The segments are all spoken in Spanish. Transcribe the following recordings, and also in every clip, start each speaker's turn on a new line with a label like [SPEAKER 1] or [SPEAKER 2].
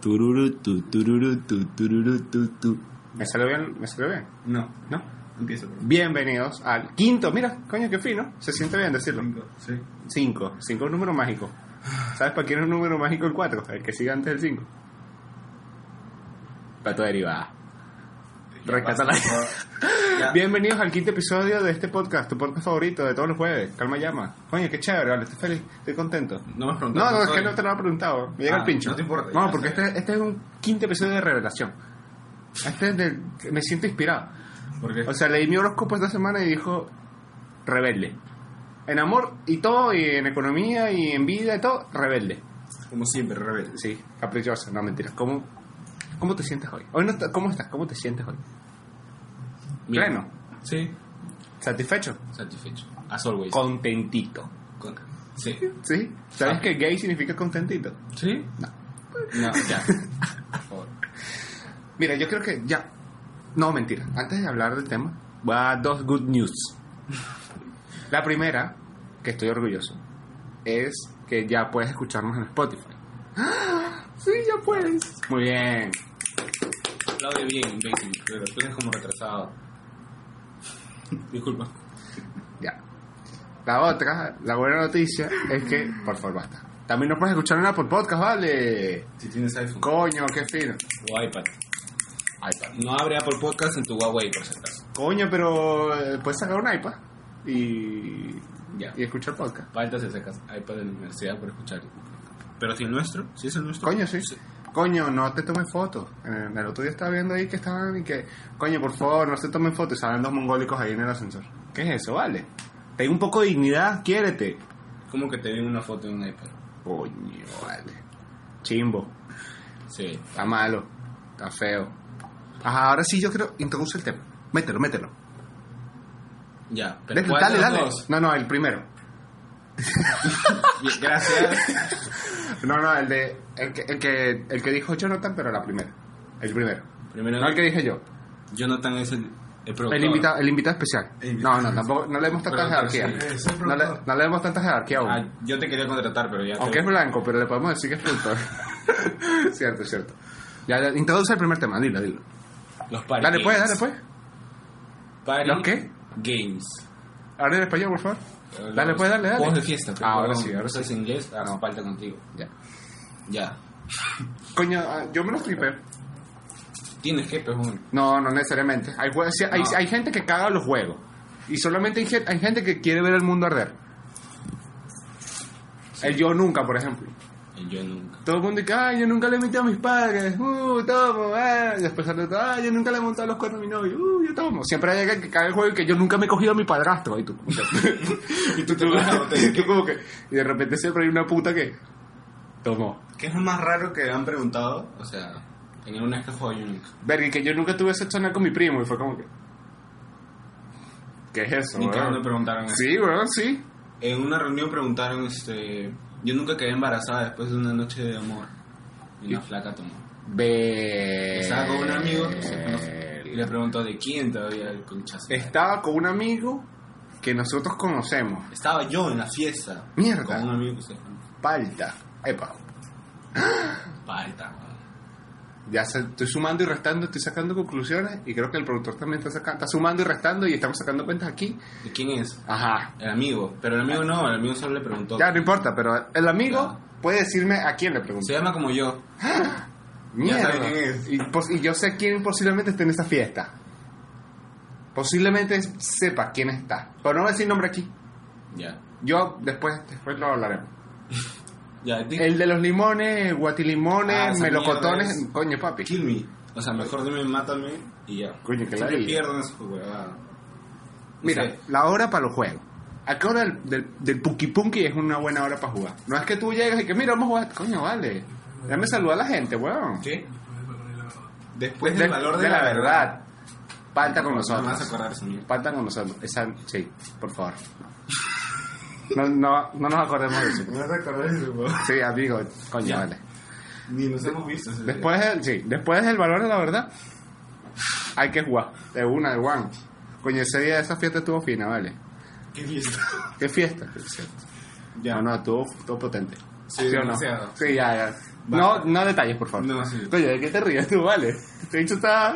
[SPEAKER 1] Tururu, tu, tururu, tu, tururu, tu, tu.
[SPEAKER 2] ¿Me salió bien? ¿Me salió bien?
[SPEAKER 3] No,
[SPEAKER 2] ¿No?
[SPEAKER 3] empiezo por
[SPEAKER 2] Bienvenidos al quinto. Mira, coño, qué fino. Se siente bien decirlo.
[SPEAKER 3] cinco, sí.
[SPEAKER 2] Cinco. Cinco es un número mágico. ¿Sabes para quién es un número mágico el 4? El que sigue antes del 5. Pato derivada. Rescátala.
[SPEAKER 3] Ya.
[SPEAKER 2] Bienvenidos al quinto episodio de este podcast, tu podcast favorito de todos los jueves. Calma llama. Coño, qué chévere, vale, estoy feliz, estoy contento.
[SPEAKER 3] No me has
[SPEAKER 2] No,
[SPEAKER 3] preguntado
[SPEAKER 2] no,
[SPEAKER 3] quién
[SPEAKER 2] es que
[SPEAKER 3] soy.
[SPEAKER 2] no te lo he preguntado. Me llega
[SPEAKER 3] Ah,
[SPEAKER 2] el pincho.
[SPEAKER 3] no te importa,
[SPEAKER 2] No,
[SPEAKER 3] ya
[SPEAKER 2] porque
[SPEAKER 3] sé.
[SPEAKER 2] este, este es un quinto episodio de revelación. Este es del- me siento inspirado.
[SPEAKER 3] ¿Por qué?
[SPEAKER 2] O sea, leí mi horóscopo esta semana y dijo rebelde. En amor y todo, y en economía y en vida y todo, rebelde.
[SPEAKER 3] Como siempre, rebelde.
[SPEAKER 2] Sí, caprichosa, no mentiras. ¿Cómo, cómo te sientes hoy? hoy no está- ¿Cómo estás? ¿Cómo te sientes hoy?
[SPEAKER 4] Bien.
[SPEAKER 2] Pleno,
[SPEAKER 4] Sí,
[SPEAKER 2] satisfecho,
[SPEAKER 4] satisfecho. As always.
[SPEAKER 2] contentito.
[SPEAKER 4] Con- Sí.
[SPEAKER 2] ¿Sí? ¿Sabes
[SPEAKER 4] Ah.
[SPEAKER 2] que gay significa contentito?
[SPEAKER 4] ¿Sí?
[SPEAKER 2] No.
[SPEAKER 4] No, ya. Por favor.
[SPEAKER 2] Mira, yo creo que ya. No, mentira. Antes de hablar del tema, voy a dar dos good news. La primera, que estoy orgulloso, es que ya puedes escucharnos en Spotify. ¡Ah! Sí, ya puedes. Muy bien.
[SPEAKER 4] Aplaude bien, imbécil, pero tú eres como retrasado. Disculpa.
[SPEAKER 2] Ya. La otra, la buena noticia, es que, por favor, basta. También nos puedes escuchar en Apple Podcast, ¿vale?
[SPEAKER 3] Si tienes iPhone.
[SPEAKER 2] Coño, qué fino.
[SPEAKER 4] O iPad. No abre Apple Podcast en tu Huawei, por si acaso.
[SPEAKER 2] Coño, pero eh, puedes sacar un iPad y,
[SPEAKER 4] Ya.
[SPEAKER 2] y escuchar podcast.
[SPEAKER 4] Falta si sacas iPad de la universidad por escuchar. Pero si el nuestro, si es el nuestro.
[SPEAKER 2] Coño, sí. Coño, no te tomes fotos. En El otro día estaba viendo ahí que estaban y que, coño, por favor, no se tomen fotos. Y salen dos mongólicos ahí en el ascensor. ¿Qué es eso, vale? Ten un poco de dignidad, quiérete.
[SPEAKER 4] Como que te vi una foto en un iPad.
[SPEAKER 2] Coño, vale. Chimbo.
[SPEAKER 4] Sí.
[SPEAKER 2] Está malo. Está feo. Ajá, ahora sí yo creo, introduce el tema. Mételo, mételo.
[SPEAKER 4] Ya. Pero
[SPEAKER 2] Dale,
[SPEAKER 4] ¿cuál de
[SPEAKER 2] dale,
[SPEAKER 4] los
[SPEAKER 2] dale.
[SPEAKER 4] dos?
[SPEAKER 2] No, no, el primero.
[SPEAKER 4] Bien, Gracias.
[SPEAKER 2] No, no, el de. El que, el que, el que dijo Jonathan, pero la primera. El primero.
[SPEAKER 4] Primero,
[SPEAKER 2] No el que dije yo.
[SPEAKER 4] Jonathan es el, el productor.
[SPEAKER 2] El invitado, el invitado especial.
[SPEAKER 3] El invitado
[SPEAKER 2] No, no, tampoco. No le demos tanta
[SPEAKER 4] Productor,
[SPEAKER 2] jerarquía.
[SPEAKER 3] sí, es el
[SPEAKER 2] No le,
[SPEAKER 3] productor.
[SPEAKER 2] no le demos tanta jerarquía
[SPEAKER 4] Ah,
[SPEAKER 2] aún.
[SPEAKER 4] yo te quería contratar, pero ya. te-
[SPEAKER 2] Aunque es blanco, pero le podemos decir que es productor. cierto, cierto. Ya, ya, introduce el primer tema, dilo, dilo.
[SPEAKER 4] Los party
[SPEAKER 2] Dale, pues,
[SPEAKER 4] games.
[SPEAKER 2] dale, pues.
[SPEAKER 4] Party
[SPEAKER 2] ¿Los qué?
[SPEAKER 4] Games.
[SPEAKER 2] Ahora en español, por favor. Dale,
[SPEAKER 4] Los
[SPEAKER 2] pues, dale, dale.
[SPEAKER 4] Juegos de fiesta. pues,
[SPEAKER 2] Ah, ahora
[SPEAKER 4] huevón.
[SPEAKER 2] sí, ahora
[SPEAKER 4] No
[SPEAKER 2] sí.
[SPEAKER 4] sabes inglés, ah, no falta contigo.
[SPEAKER 2] Ya.
[SPEAKER 4] Ya.
[SPEAKER 2] Coño, ah, yo me los flipé.
[SPEAKER 4] Tienes que, pues, huevón.
[SPEAKER 2] No, no necesariamente. Hay, jue- sí, hay,
[SPEAKER 4] No.
[SPEAKER 2] hay gente que caga los juegos. Y solamente hay, gen- hay gente que quiere ver el mundo arder. El yo nunca, por ejemplo.
[SPEAKER 4] El Yo nunca.
[SPEAKER 2] Todo el mundo dice, ay, yo nunca le invité a mis padres. Uh, tomo, ah. Después sale otro, ay, yo nunca le he montado los cuernos a mi novio. Uh, yo tomo. Siempre hay alguien que caga el juego y que yo nunca me he cogido a mi padrastro. Y tú, y tú, tú- tú como que... Y de repente siempre hay una puta que... Tomó.
[SPEAKER 4] ¿Qué es lo más raro que han preguntado? O sea, en una escajo Yo nunca.
[SPEAKER 2] Verga, y que yo nunca tuve sexo anal con mi primo. Y fue como que... ¿Qué es eso,
[SPEAKER 4] Ni
[SPEAKER 2] weón?
[SPEAKER 4] cagando preguntaron eso.
[SPEAKER 2] Sí, weón, sí.
[SPEAKER 4] En una reunión preguntaron, este... Yo nunca quedé embarazada después de una noche de amor. Y una flaca tomó.
[SPEAKER 2] Ve.
[SPEAKER 4] Estaba con un amigo que se conoce. Y le preguntó de quién todavía el conchazo.
[SPEAKER 2] Estaba con un amigo que nosotros conocemos.
[SPEAKER 4] Estaba yo en la fiesta.
[SPEAKER 2] Mierda.
[SPEAKER 4] Con un amigo que ustedes conocen.
[SPEAKER 2] Palta. Epa.
[SPEAKER 4] Falta, huevón.
[SPEAKER 2] Ya se- estoy sumando y restando, estoy sacando conclusiones y creo que el productor también está, saca- está sumando y restando y estamos sacando cuentas aquí.
[SPEAKER 4] ¿De quién es?
[SPEAKER 2] Ajá.
[SPEAKER 4] El amigo. Pero el amigo no, el amigo solo le preguntó.
[SPEAKER 2] Ya no importa, pero el amigo
[SPEAKER 4] Ya.
[SPEAKER 2] puede decirme a quién le pregunté.
[SPEAKER 4] Se llama como yo.
[SPEAKER 2] Mierda.
[SPEAKER 4] sabe quién es.
[SPEAKER 2] Y, pos- y yo sé quién posiblemente esté en esa fiesta. Posiblemente sepa quién está. Pero no voy a decir nombre aquí.
[SPEAKER 4] Ya.
[SPEAKER 2] Yo después, después lo hablaremos.
[SPEAKER 4] Ya, di-
[SPEAKER 2] El de los limones, guatilimones,
[SPEAKER 4] Ah, esa
[SPEAKER 2] melocotones.
[SPEAKER 4] mierda es-
[SPEAKER 2] Coño, papi.
[SPEAKER 4] Kill me. O sea, mejor dime mátame y ya.
[SPEAKER 2] Coño, que la
[SPEAKER 4] Siempre
[SPEAKER 2] vida.
[SPEAKER 4] pierdo en esa huevada. No
[SPEAKER 2] Mira,
[SPEAKER 4] sé.
[SPEAKER 2] la hora para los juegos. ¿A qué hora del, del, del punky punky es una buena hora para jugar? No es que tú llegas y que, mira, vamos a jugar. Coño, vale. Déjame saludar a la gente, weón.
[SPEAKER 4] ¿Qué? Después del
[SPEAKER 2] Del-
[SPEAKER 4] valor de, la, verdad.
[SPEAKER 2] verdad. Falta
[SPEAKER 4] No
[SPEAKER 2] con
[SPEAKER 4] me vas a
[SPEAKER 2] nosotros.
[SPEAKER 4] acordar de esa mierda.
[SPEAKER 2] Falta con nosotros. Esa, sí, por favor. No, no, no nos acordemos de eso.
[SPEAKER 3] No vas a acordar de eso, weón.
[SPEAKER 2] Sí, amigo, coño,
[SPEAKER 4] Ya.
[SPEAKER 2] vale.
[SPEAKER 3] Ni nos hemos visto. ese día.
[SPEAKER 2] Después, el- sí, después del valor de la verdad, hay que jugar. De una, de one. Coño, ese día esa fiesta estuvo fina, vale.
[SPEAKER 3] ¿Qué fiesta?
[SPEAKER 2] ¿Qué fiesta? Qué fiesta.
[SPEAKER 3] Ya.
[SPEAKER 2] No, no, estuvo, estuvo potente.
[SPEAKER 3] Sí,
[SPEAKER 2] o no?
[SPEAKER 3] demasiado.
[SPEAKER 2] Sí, ya, ya. No, no detalles, por favor.
[SPEAKER 3] No, sí.
[SPEAKER 2] Coño, ¿de qué te ríes tú, vale? Este Te he dicho, estaba...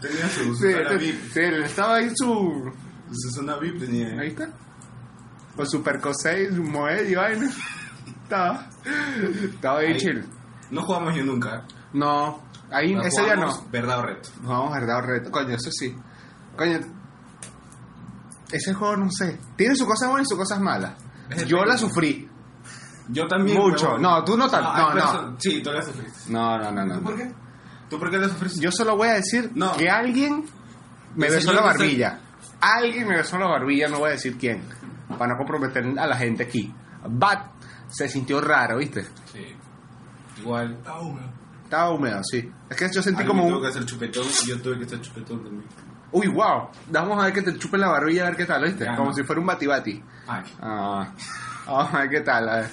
[SPEAKER 3] Tenía su
[SPEAKER 2] Sí, este-
[SPEAKER 3] zona VIP.
[SPEAKER 2] sí, le estaba ahí su...
[SPEAKER 3] Su zona VIP tenía.
[SPEAKER 2] Ahí está. Con su percocé, su moed y vaina. Estaba... Estaba ahí
[SPEAKER 3] Ahí.
[SPEAKER 2] chill.
[SPEAKER 3] No jugamos yo nunca.
[SPEAKER 2] No, ahí
[SPEAKER 3] No
[SPEAKER 2] ese día no.
[SPEAKER 3] jugamos Verdad o reto.
[SPEAKER 2] Nos vamos a dar reto. Coño, eso sí. Coño, ese juego no sé. Tiene sus cosas buenas y sus cosas malas. Yo la sufrí.
[SPEAKER 3] Yo también.
[SPEAKER 2] Mucho.
[SPEAKER 3] huevón.
[SPEAKER 2] No, tú no
[SPEAKER 4] Ah,
[SPEAKER 2] tan-
[SPEAKER 3] hay
[SPEAKER 2] no, no.
[SPEAKER 3] perso- Sí, tú la sufriste.
[SPEAKER 2] No, no, no, no.
[SPEAKER 3] ¿Tú por qué? ¿Tú por qué la sufriste?
[SPEAKER 2] Yo solo voy a decir
[SPEAKER 3] No.
[SPEAKER 2] que alguien me
[SPEAKER 3] El
[SPEAKER 2] besó
[SPEAKER 3] señor
[SPEAKER 2] la
[SPEAKER 3] que está-
[SPEAKER 2] barbilla. Alguien me besó la barbilla, no voy a decir quién. Para no comprometer a la gente aquí. Bat se sintió raro, ¿viste?
[SPEAKER 4] Sí. Igual.
[SPEAKER 3] Ah, weón.
[SPEAKER 2] Estaba húmedo, sí. Es que yo sentí
[SPEAKER 4] Alguien
[SPEAKER 2] como
[SPEAKER 4] tuvo que
[SPEAKER 2] un...
[SPEAKER 4] hacer chupetón y yo tuve que hacer chupetón también.
[SPEAKER 2] Uy, wow. Vamos a ver que te chupen la barbilla, a ver qué tal, ¿viste?
[SPEAKER 4] Ya,
[SPEAKER 2] como
[SPEAKER 4] no.
[SPEAKER 2] si fuera un batibati.
[SPEAKER 4] Ay.
[SPEAKER 2] Ah, vamos a ver qué tal. a ver.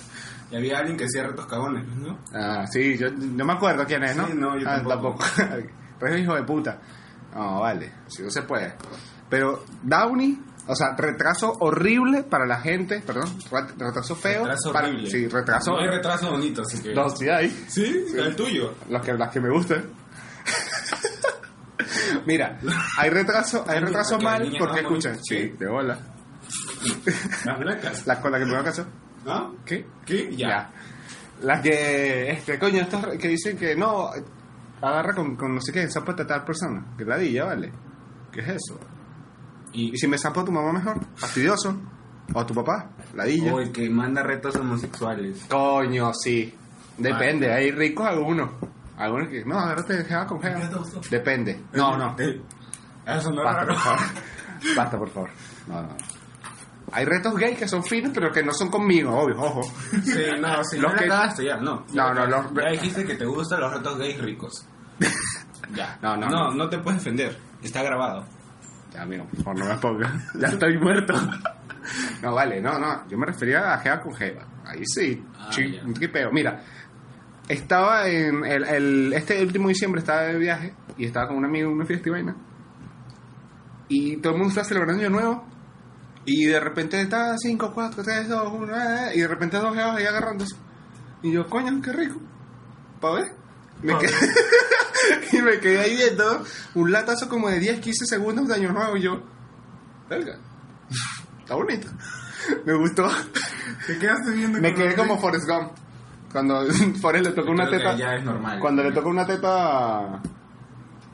[SPEAKER 4] Y había alguien que hacía retos cagones, ¿no?
[SPEAKER 2] Ah, sí, yo no me acuerdo quién es, ¿no?
[SPEAKER 3] Sí, no, yo
[SPEAKER 2] Ah,
[SPEAKER 3] tampoco.
[SPEAKER 2] Pero es un hijo de puta. No, vale, si no se puede. Pero Downey, o sea, retraso horrible para la gente, perdón, rat- retraso feo.
[SPEAKER 4] Retraso
[SPEAKER 2] para,
[SPEAKER 4] horrible.
[SPEAKER 2] Sí, retraso.
[SPEAKER 4] No hay retraso bonito, así que.
[SPEAKER 2] No, sí hay.
[SPEAKER 4] ¿Sí? El tuyo.
[SPEAKER 2] Los que, las que me gustan. Mira, hay retraso, hay
[SPEAKER 4] Las
[SPEAKER 2] retraso
[SPEAKER 4] niñas, las
[SPEAKER 2] mal
[SPEAKER 4] niñas
[SPEAKER 2] porque
[SPEAKER 4] más
[SPEAKER 2] escuchan.
[SPEAKER 4] bonitas,
[SPEAKER 2] Sí,
[SPEAKER 4] sí.
[SPEAKER 2] de bola.
[SPEAKER 4] Las blancas.
[SPEAKER 2] Las con las que me voy a casar.
[SPEAKER 4] ¿Ah?
[SPEAKER 2] ¿Qué?
[SPEAKER 4] ¿Qué? Ya.
[SPEAKER 2] Ya. Las que, este, coño, estas que dicen que no, agarra con, con no sé qué, sapo a tal persona. Que ladilla, vale. ¿Qué es eso?
[SPEAKER 4] Y.
[SPEAKER 2] Y si me sapo a tu mamá mejor, fastidioso. O a tu papá, ladilla.
[SPEAKER 4] O el que manda retos homosexuales.
[SPEAKER 2] Coño, sí. Depende, hay ricos algunos. Algunos que, no, agárrate, jeva con jeva. Depende. No, no.
[SPEAKER 3] Eh, Eso no es
[SPEAKER 2] Basta,
[SPEAKER 3] raro.
[SPEAKER 2] por favor. Basta, por favor. No, no. Hay retos gay que son finos, pero que no son conmigo, obvio, ojo.
[SPEAKER 4] Sí, no, sí.
[SPEAKER 2] Los
[SPEAKER 4] ya la
[SPEAKER 2] que-
[SPEAKER 4] cagaste, ya, no. Ya
[SPEAKER 2] No,
[SPEAKER 4] la
[SPEAKER 2] no,
[SPEAKER 4] cagaste.
[SPEAKER 2] los-
[SPEAKER 4] Ya dijiste que te gustan los retos gays ricos. Ya.
[SPEAKER 2] No, no,
[SPEAKER 4] Ah, No, no te puedes defender. Está grabado.
[SPEAKER 2] Ya, amigo, por favor, no me pongas. Ya estoy muerto. No, vale, no, no. Yo me refería a Jeva con Jeva. Ahí sí.
[SPEAKER 4] Ah,
[SPEAKER 2] chi-
[SPEAKER 4] ya.
[SPEAKER 2] qué peo. Mira, estaba en. El, el- este último diciembre estaba de viaje y estaba con un amigo en una fiesta y vaina. Y todo el mundo está celebrando Año Nuevo. Y de repente está 5, 4, 3, 2, 1. eh, Y de repente dos Jevas ahí agarrándose. Y yo, coño, qué rico. Pa' ver. Me quedé, y me quedé ahí viendo un latazo como de 10, 15 segundos de año nuevo. Y yo, verga, está bonito. Me gustó.
[SPEAKER 3] Te quedaste viendo
[SPEAKER 2] Me
[SPEAKER 3] con-
[SPEAKER 2] quedé como Forrest Gump. Cuando Forrest le tocó
[SPEAKER 4] Yo
[SPEAKER 2] una
[SPEAKER 4] creo que
[SPEAKER 2] teta.
[SPEAKER 4] Ya es normal.
[SPEAKER 2] Cuando le tocó una teta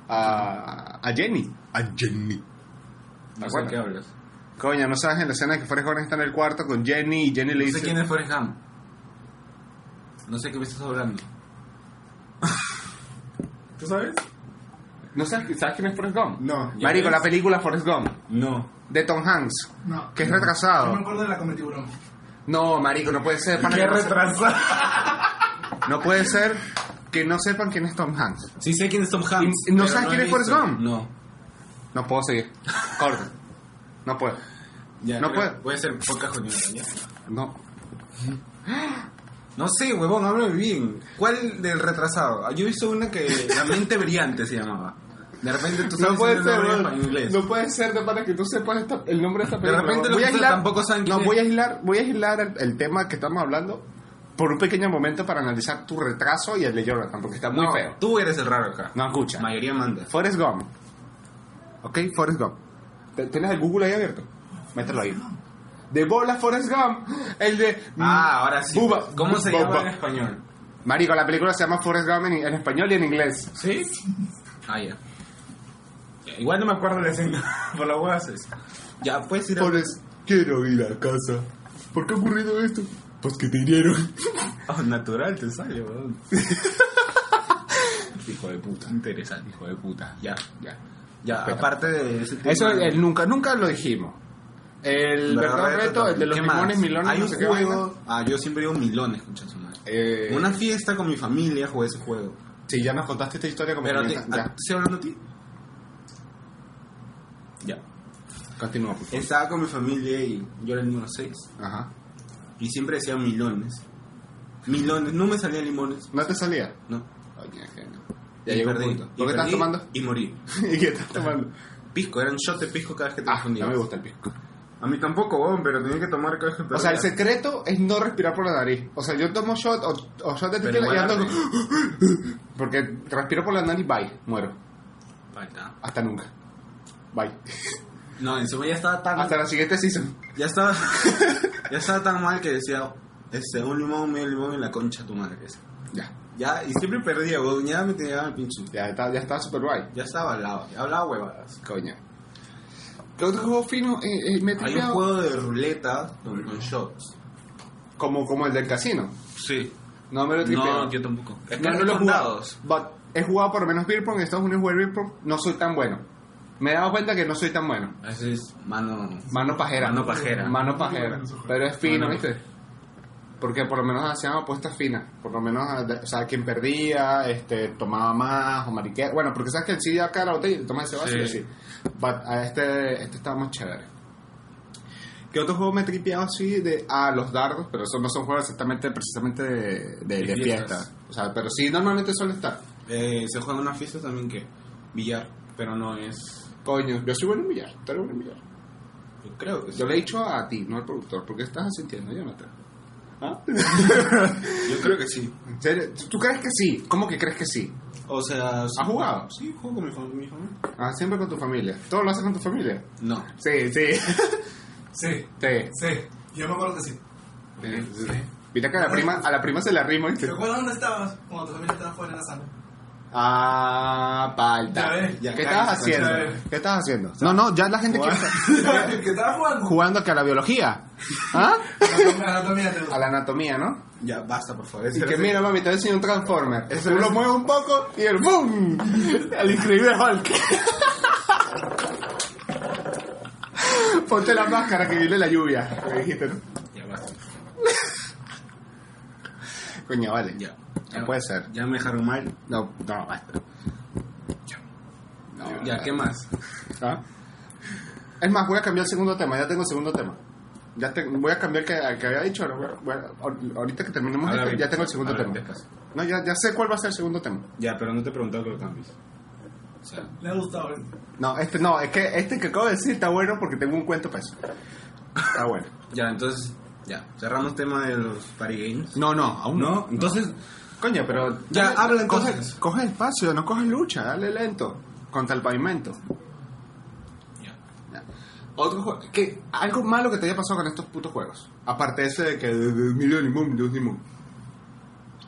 [SPEAKER 2] a, a Jenny. A Jenny. ¿Te
[SPEAKER 4] No sé
[SPEAKER 2] acuerdas?
[SPEAKER 4] qué hablas.
[SPEAKER 2] Coño, no sabes en la escena que Forrest Gump está en el cuarto con Jenny y Jenny le
[SPEAKER 4] No sé
[SPEAKER 2] dice.
[SPEAKER 4] quién es Forrest Gump. No sé qué me estás hablando.
[SPEAKER 3] ¿Tú sabes?
[SPEAKER 2] ¿No sabes, sabes quién es Forrest Gump?
[SPEAKER 3] No.
[SPEAKER 4] Ya
[SPEAKER 2] Marico,
[SPEAKER 4] ves.
[SPEAKER 2] la película Forrest Gump
[SPEAKER 4] No.
[SPEAKER 2] de Tom Hanks.
[SPEAKER 5] No.
[SPEAKER 2] Que es
[SPEAKER 5] Yo
[SPEAKER 2] retrasado.
[SPEAKER 5] me acuerdo de la cometiburón.
[SPEAKER 2] No, marico, no puede ser. pana, que no, se-
[SPEAKER 3] retrasado.
[SPEAKER 2] no puede ser que no sepan quién es Tom Hanks.
[SPEAKER 4] Sí sé quién es Tom Hanks.
[SPEAKER 2] Y- y no
[SPEAKER 4] pero
[SPEAKER 2] sabes quién
[SPEAKER 4] he
[SPEAKER 2] es Forrest
[SPEAKER 4] visto.
[SPEAKER 2] Gump.
[SPEAKER 4] No.
[SPEAKER 2] No puedo seguir. Corta. No puedo.
[SPEAKER 4] Ya,
[SPEAKER 2] No
[SPEAKER 4] creo-
[SPEAKER 2] puede.
[SPEAKER 4] Puede ser poca jodida, ya.
[SPEAKER 2] No.
[SPEAKER 4] No sé, huevón, háblame bien. ¿Cuál del retrasado? Ah, Yo he visto una que La mente brillante se llamaba. De repente tú sabes
[SPEAKER 2] No puede
[SPEAKER 4] el
[SPEAKER 2] ser,
[SPEAKER 4] nombre
[SPEAKER 2] weón.
[SPEAKER 4] en inglés.
[SPEAKER 2] No puede ser, de para que tú sepas esta- el nombre de esta película.
[SPEAKER 4] repente
[SPEAKER 2] weón.
[SPEAKER 4] los otros tampoco saben quién
[SPEAKER 2] No,
[SPEAKER 4] es.
[SPEAKER 2] voy a aislar, voy a aislar el, el tema que estamos hablando por un pequeño momento para analizar tu retraso y el de Jonathan, porque está muy
[SPEAKER 4] No,
[SPEAKER 2] feo.
[SPEAKER 4] Tú eres el raro acá.
[SPEAKER 2] No, escucha.
[SPEAKER 4] La mayoría manda.
[SPEAKER 2] Forrest Gump. Ok, Forrest Gump. Te- ¿Tienes el Google ahí abierto? Mételo ahí. De bola Forrest Gump. El de...
[SPEAKER 4] Ah, ahora sí.
[SPEAKER 2] Buba-
[SPEAKER 4] ¿Cómo se
[SPEAKER 2] Buba-
[SPEAKER 4] llama en español?
[SPEAKER 2] Marico, la película se llama Forrest Gump en, en español y en inglés.
[SPEAKER 4] ¿Sí? Ah, ya. Ya, Igual no me acuerdo la escena. Por la hueá haces. Ya, puedes ir a...
[SPEAKER 1] Forrest, quiero ir a casa. ¿Por qué ha ocurrido esto? Pues que te hirieron.
[SPEAKER 4] Oh, natural te sale, weón.
[SPEAKER 2] Hijo de puta.
[SPEAKER 4] Interesante.
[SPEAKER 2] Hijo de puta.
[SPEAKER 4] Ya, ya. Ya,
[SPEAKER 2] Respeta.
[SPEAKER 4] aparte de ese tema-
[SPEAKER 2] Eso el nunca, nunca lo dijimos. El verdadero reto, el de los
[SPEAKER 4] ¿Qué más?
[SPEAKER 2] limones, milones,
[SPEAKER 4] Hay
[SPEAKER 2] no
[SPEAKER 4] un
[SPEAKER 2] sé qué
[SPEAKER 4] juego.
[SPEAKER 2] vaina.
[SPEAKER 4] Ah, yo siempre digo milones, concha su madre.
[SPEAKER 2] Eh,
[SPEAKER 4] En Una fiesta con mi familia jugué ese juego.
[SPEAKER 2] Sí, ya nos contaste esta historia como
[SPEAKER 4] Pero,
[SPEAKER 2] que
[SPEAKER 4] te-
[SPEAKER 2] no está-
[SPEAKER 4] ah,
[SPEAKER 2] ya,
[SPEAKER 4] ¿estoy hablando a ti? Ya.
[SPEAKER 2] continúa. por favor.
[SPEAKER 4] Estaba con mi familia y yo era el número 6.
[SPEAKER 2] Ajá.
[SPEAKER 4] Y siempre decía milones. Milones, no me salían limones.
[SPEAKER 2] ¿No te salía?
[SPEAKER 4] No.
[SPEAKER 2] Oye, genio.
[SPEAKER 4] Y
[SPEAKER 2] Ya llegó el
[SPEAKER 4] perdí,
[SPEAKER 2] punto.
[SPEAKER 4] y
[SPEAKER 2] ¿Por qué estás
[SPEAKER 4] perdí
[SPEAKER 2] tomando?
[SPEAKER 4] Y morí.
[SPEAKER 2] ¿Y qué estás tomando?
[SPEAKER 4] Pisco, era un shot de pisco cada vez que te
[SPEAKER 2] Ah, no
[SPEAKER 4] confundías.
[SPEAKER 2] me gusta el pisco.
[SPEAKER 4] A mí tampoco, weón, pero tenía que tomar cada vez que
[SPEAKER 2] O sea, el
[SPEAKER 4] perdía.
[SPEAKER 2] secreto es no respirar por la nariz. O sea, yo tomo shot o, o shot de
[SPEAKER 4] Pero
[SPEAKER 2] tequila y
[SPEAKER 4] igual
[SPEAKER 2] ando...
[SPEAKER 4] arde.
[SPEAKER 2] Porque respiro por la nariz, bye, muero.
[SPEAKER 4] Falta.
[SPEAKER 2] Hasta nunca. Bye.
[SPEAKER 4] No, encima ya estaba tan.
[SPEAKER 2] Hasta la siguiente season.
[SPEAKER 4] Ya estaba. ya estaba tan mal que decía. Este, un limón, medio limón y la concha de tu madre. ese.
[SPEAKER 2] Ya,
[SPEAKER 4] Ya, y siempre perdía, weón. Ya me tenía al pinche.
[SPEAKER 2] ya está, ya está super bye.
[SPEAKER 4] Ya estaba al lado, ya hablaba huevadas.
[SPEAKER 2] Coño. ¿Qué otro juego fino eh, eh, me he
[SPEAKER 4] Hay un
[SPEAKER 2] tripeado?
[SPEAKER 4] juego de ruleta con, con shots.
[SPEAKER 2] Como, como el del casino.
[SPEAKER 4] Sí.
[SPEAKER 2] No me lo he tripeado.
[SPEAKER 4] No, yo tampoco. Es que
[SPEAKER 2] No,
[SPEAKER 4] no,
[SPEAKER 2] no lo he
[SPEAKER 4] los
[SPEAKER 2] jugado.
[SPEAKER 4] dados.
[SPEAKER 2] But he jugado por lo menos beer pong. En Estados Unidos jugar beer pong. No soy tan bueno. Me he dado cuenta que no soy tan bueno.
[SPEAKER 4] Ese es mano.
[SPEAKER 2] Mano pajera.
[SPEAKER 4] Mano pajera.
[SPEAKER 2] Mano pajera. Pero es fino,
[SPEAKER 4] Mano-
[SPEAKER 2] ¿viste? Porque por lo menos hacían apuestas finas. Por lo menos, o sea, quien perdía, este, tomaba más o mariquera. Bueno, porque sabes que el sí da cara a botella y toma ese vaso y
[SPEAKER 4] Sí.
[SPEAKER 2] así. But a este, este estaba más chévere. ¿Qué otro juego me he tripeado así? De, ah, los dardos, pero eso no son juegos exactamente, precisamente de, de,
[SPEAKER 4] De
[SPEAKER 2] de fiesta.
[SPEAKER 4] fiestas.
[SPEAKER 2] O sea, pero sí, normalmente suele estar.
[SPEAKER 4] Eh, se juega en una fiesta también que. Billar. Pero no es.
[SPEAKER 2] Coño, yo soy bueno en billar, tú eres bueno en billar.
[SPEAKER 4] Yo creo que sí.
[SPEAKER 2] Yo le he dicho a ti, no al productor, porque estás asintiendo, Jonathan. ¿Ah?
[SPEAKER 4] Yo creo que sí.
[SPEAKER 2] ¿En serio? ¿Tú- ¿Tú crees que sí? ¿Cómo que crees que sí?
[SPEAKER 4] O sea.
[SPEAKER 2] ¿Has jugado?
[SPEAKER 4] Sí, juego con mi fam- mi familia.
[SPEAKER 2] Ah, siempre con tu familia. ¿Todo lo haces con tu familia?
[SPEAKER 4] No.
[SPEAKER 2] Sí, sí.
[SPEAKER 3] Sí,
[SPEAKER 2] Sí.
[SPEAKER 3] sí. Yo me acuerdo que sí.
[SPEAKER 2] Mira que a la prima, a la prima se le arrima.
[SPEAKER 3] ¿Te acuerdas dónde estabas cuando tu familia estaba fuera en la sala?
[SPEAKER 2] Ah,
[SPEAKER 3] Ya
[SPEAKER 2] palta.
[SPEAKER 3] ves,
[SPEAKER 2] ¿Qué
[SPEAKER 4] ya
[SPEAKER 2] estás
[SPEAKER 4] cállate,
[SPEAKER 2] haciendo?
[SPEAKER 3] ya ves.
[SPEAKER 2] ¿Qué estás haciendo? No, no, ya la gente quiere
[SPEAKER 3] que estaba jugando.
[SPEAKER 2] jugando que a la biología. ¿Ah?
[SPEAKER 3] Anatomía, anatomía, te-
[SPEAKER 2] A la anatomía, ¿no?
[SPEAKER 4] Ya, basta, por favor.
[SPEAKER 2] Y
[SPEAKER 4] Ese
[SPEAKER 2] que
[SPEAKER 4] era-
[SPEAKER 2] mira, mami, te voy a enseñar un Transformer. Tú lo mueves un poco y el ¡boom! El increíble Hulk. Ponte la máscara que viene la lluvia. Me dijiste, ¿no?
[SPEAKER 4] Ya, basta.
[SPEAKER 2] Coño, vale.
[SPEAKER 4] Ya.
[SPEAKER 2] No puede ser.
[SPEAKER 4] Ya me dejaron mal.
[SPEAKER 2] No, no, basta. No,
[SPEAKER 4] ya,
[SPEAKER 2] basta.
[SPEAKER 4] ¿qué más?
[SPEAKER 2] ¿Ah? Es más, voy a cambiar el segundo tema. Ya tengo el segundo tema. Ya te- voy a cambiar que, al que había dicho. ahora voy a- ahor- ahorita que terminemos,
[SPEAKER 4] Ahora
[SPEAKER 2] este,
[SPEAKER 4] bien.
[SPEAKER 2] ya tengo el segundo
[SPEAKER 4] Ahora
[SPEAKER 2] tema.
[SPEAKER 4] bien, después.
[SPEAKER 2] No, ya, ya sé cuál va a ser el segundo tema.
[SPEAKER 4] Ya, pero no te he preguntado que lo cambies. O sea,
[SPEAKER 3] Le ha gustado. ¿eh?
[SPEAKER 2] No, este no, es que este que acabo de decir está bueno porque tengo un cuento para eso. Está bueno.
[SPEAKER 4] ya, entonces, ya. Cerramos tema de los party games.
[SPEAKER 2] No, no, aún
[SPEAKER 4] No, entonces,
[SPEAKER 2] Coño, pero.
[SPEAKER 4] Ya,
[SPEAKER 2] dale-
[SPEAKER 4] habla
[SPEAKER 2] coge-
[SPEAKER 4] entonces.
[SPEAKER 2] Coge, espacio, no coges lucha, dale lento. Contra el pavimento.
[SPEAKER 4] Ya.
[SPEAKER 2] Ya. Otro juego. que Algo malo que te haya pasado con estos putos juegos. Aparte ese de que. De, de, Million y Moon, Dios y Moon.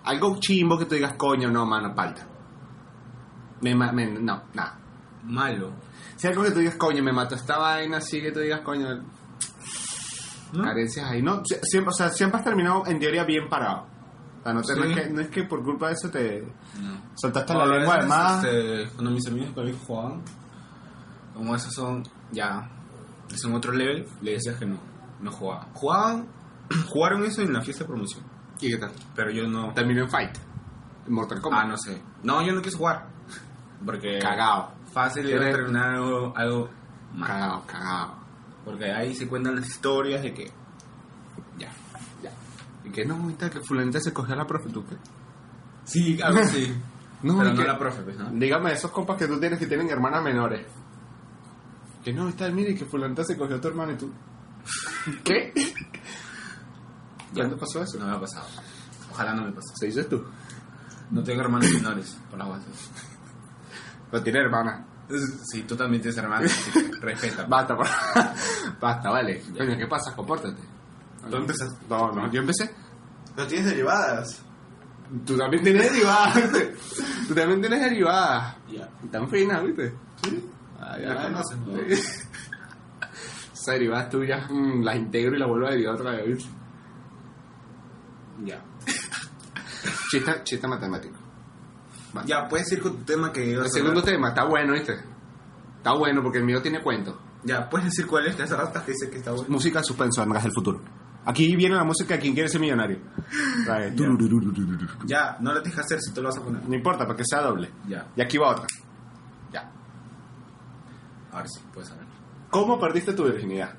[SPEAKER 2] Algo chimbo que tú digas, coño, no, mano, palta. Me, ma- me- no, nada.
[SPEAKER 4] malo.
[SPEAKER 2] Si algo que tú digas, coño, me mató esta vaina, así que tú digas, coño,
[SPEAKER 4] ¿no?
[SPEAKER 2] carencias ahí. No, Sie- siempre, o sea, siempre has terminado en teoría bien parado. O sea, no, te- no es
[SPEAKER 4] Sí.
[SPEAKER 2] que, no es que por culpa de eso te
[SPEAKER 4] No.
[SPEAKER 2] soltaste
[SPEAKER 4] O a
[SPEAKER 2] la lengua
[SPEAKER 4] veces,
[SPEAKER 2] además.
[SPEAKER 4] este, cuando mis amigos que jugaban, como esos son, ya, son otro level, le decías que no, no jugaban. Jugaban, jugaron eso en la fiesta de promoción,
[SPEAKER 2] ¿Y qué tal?
[SPEAKER 4] pero yo no.
[SPEAKER 2] Terminó en Fight. En Mortal Kombat.
[SPEAKER 4] Ah, no sé. No, yo no quise jugar. Porque.
[SPEAKER 2] Cagao.
[SPEAKER 4] Fácil era
[SPEAKER 2] Eres-
[SPEAKER 4] terminar algo, algo mal.
[SPEAKER 2] Cagao, cagao.
[SPEAKER 4] Porque ahí se cuentan las historias de que. Ya.
[SPEAKER 2] Ya. ¿Y qué no? ahorita que fulanita se cogió a la profe, ¿tú qué?
[SPEAKER 4] Sí, algo así.
[SPEAKER 2] No,
[SPEAKER 4] pero
[SPEAKER 2] y
[SPEAKER 4] no
[SPEAKER 2] que-
[SPEAKER 4] la profe, pues, ¿no?
[SPEAKER 2] Ah, Dígame, esos compas que tú tienes que tienen hermanas menores. Que no, está, mire, que fulanita se cogió a tu hermano y tú. ¿Qué? ¿Cuándo pasó eso?
[SPEAKER 4] No me ha pasado. Ojalá no me pase.
[SPEAKER 2] Se dices tú.
[SPEAKER 4] No tengo hermanos menores, por las guasas.
[SPEAKER 2] Pero tiene hermana.
[SPEAKER 4] Sí, tú también tienes hermanos, así que respeta.
[SPEAKER 2] Basta, por... basta, vale. Coño, ¿qué pasa? Compórtate.
[SPEAKER 4] Tú empezaste.
[SPEAKER 2] No, no, yo empecé.
[SPEAKER 4] No tienes derivadas.
[SPEAKER 2] Tú también tienes derivadas, ¿viste? Tú también tienes derivadas.
[SPEAKER 4] Ya.
[SPEAKER 2] Y Tan finas, ¿viste? Sí. Ah, ya
[SPEAKER 4] La conoces, ¿no?
[SPEAKER 2] Sí. Esas derivadas tuyas mm, las integro y las vuelvo a derivar otra vez, ¿viste?
[SPEAKER 4] Ya.
[SPEAKER 2] Chiste, chiste matemático.
[SPEAKER 4] Ya, puedes ir con tu tema que.
[SPEAKER 2] El segundo tema está bueno, ¿viste? Está bueno porque el mío tiene cuento.
[SPEAKER 4] Ya, puedes decir cuál es, que hace rato que dices que está bueno.
[SPEAKER 2] Música suspenso, András del futuro. Aquí viene la música de quien quiere ser millonario. Vale, tururururururu.
[SPEAKER 4] Ya, no lo tienes que hacer si tú lo vas a poner.
[SPEAKER 2] No importa, para que sea doble.
[SPEAKER 4] Ya,
[SPEAKER 2] Y aquí va otra. Ya.
[SPEAKER 4] ahora sí, puedes saber.
[SPEAKER 2] ¿Cómo perdiste tu virginidad?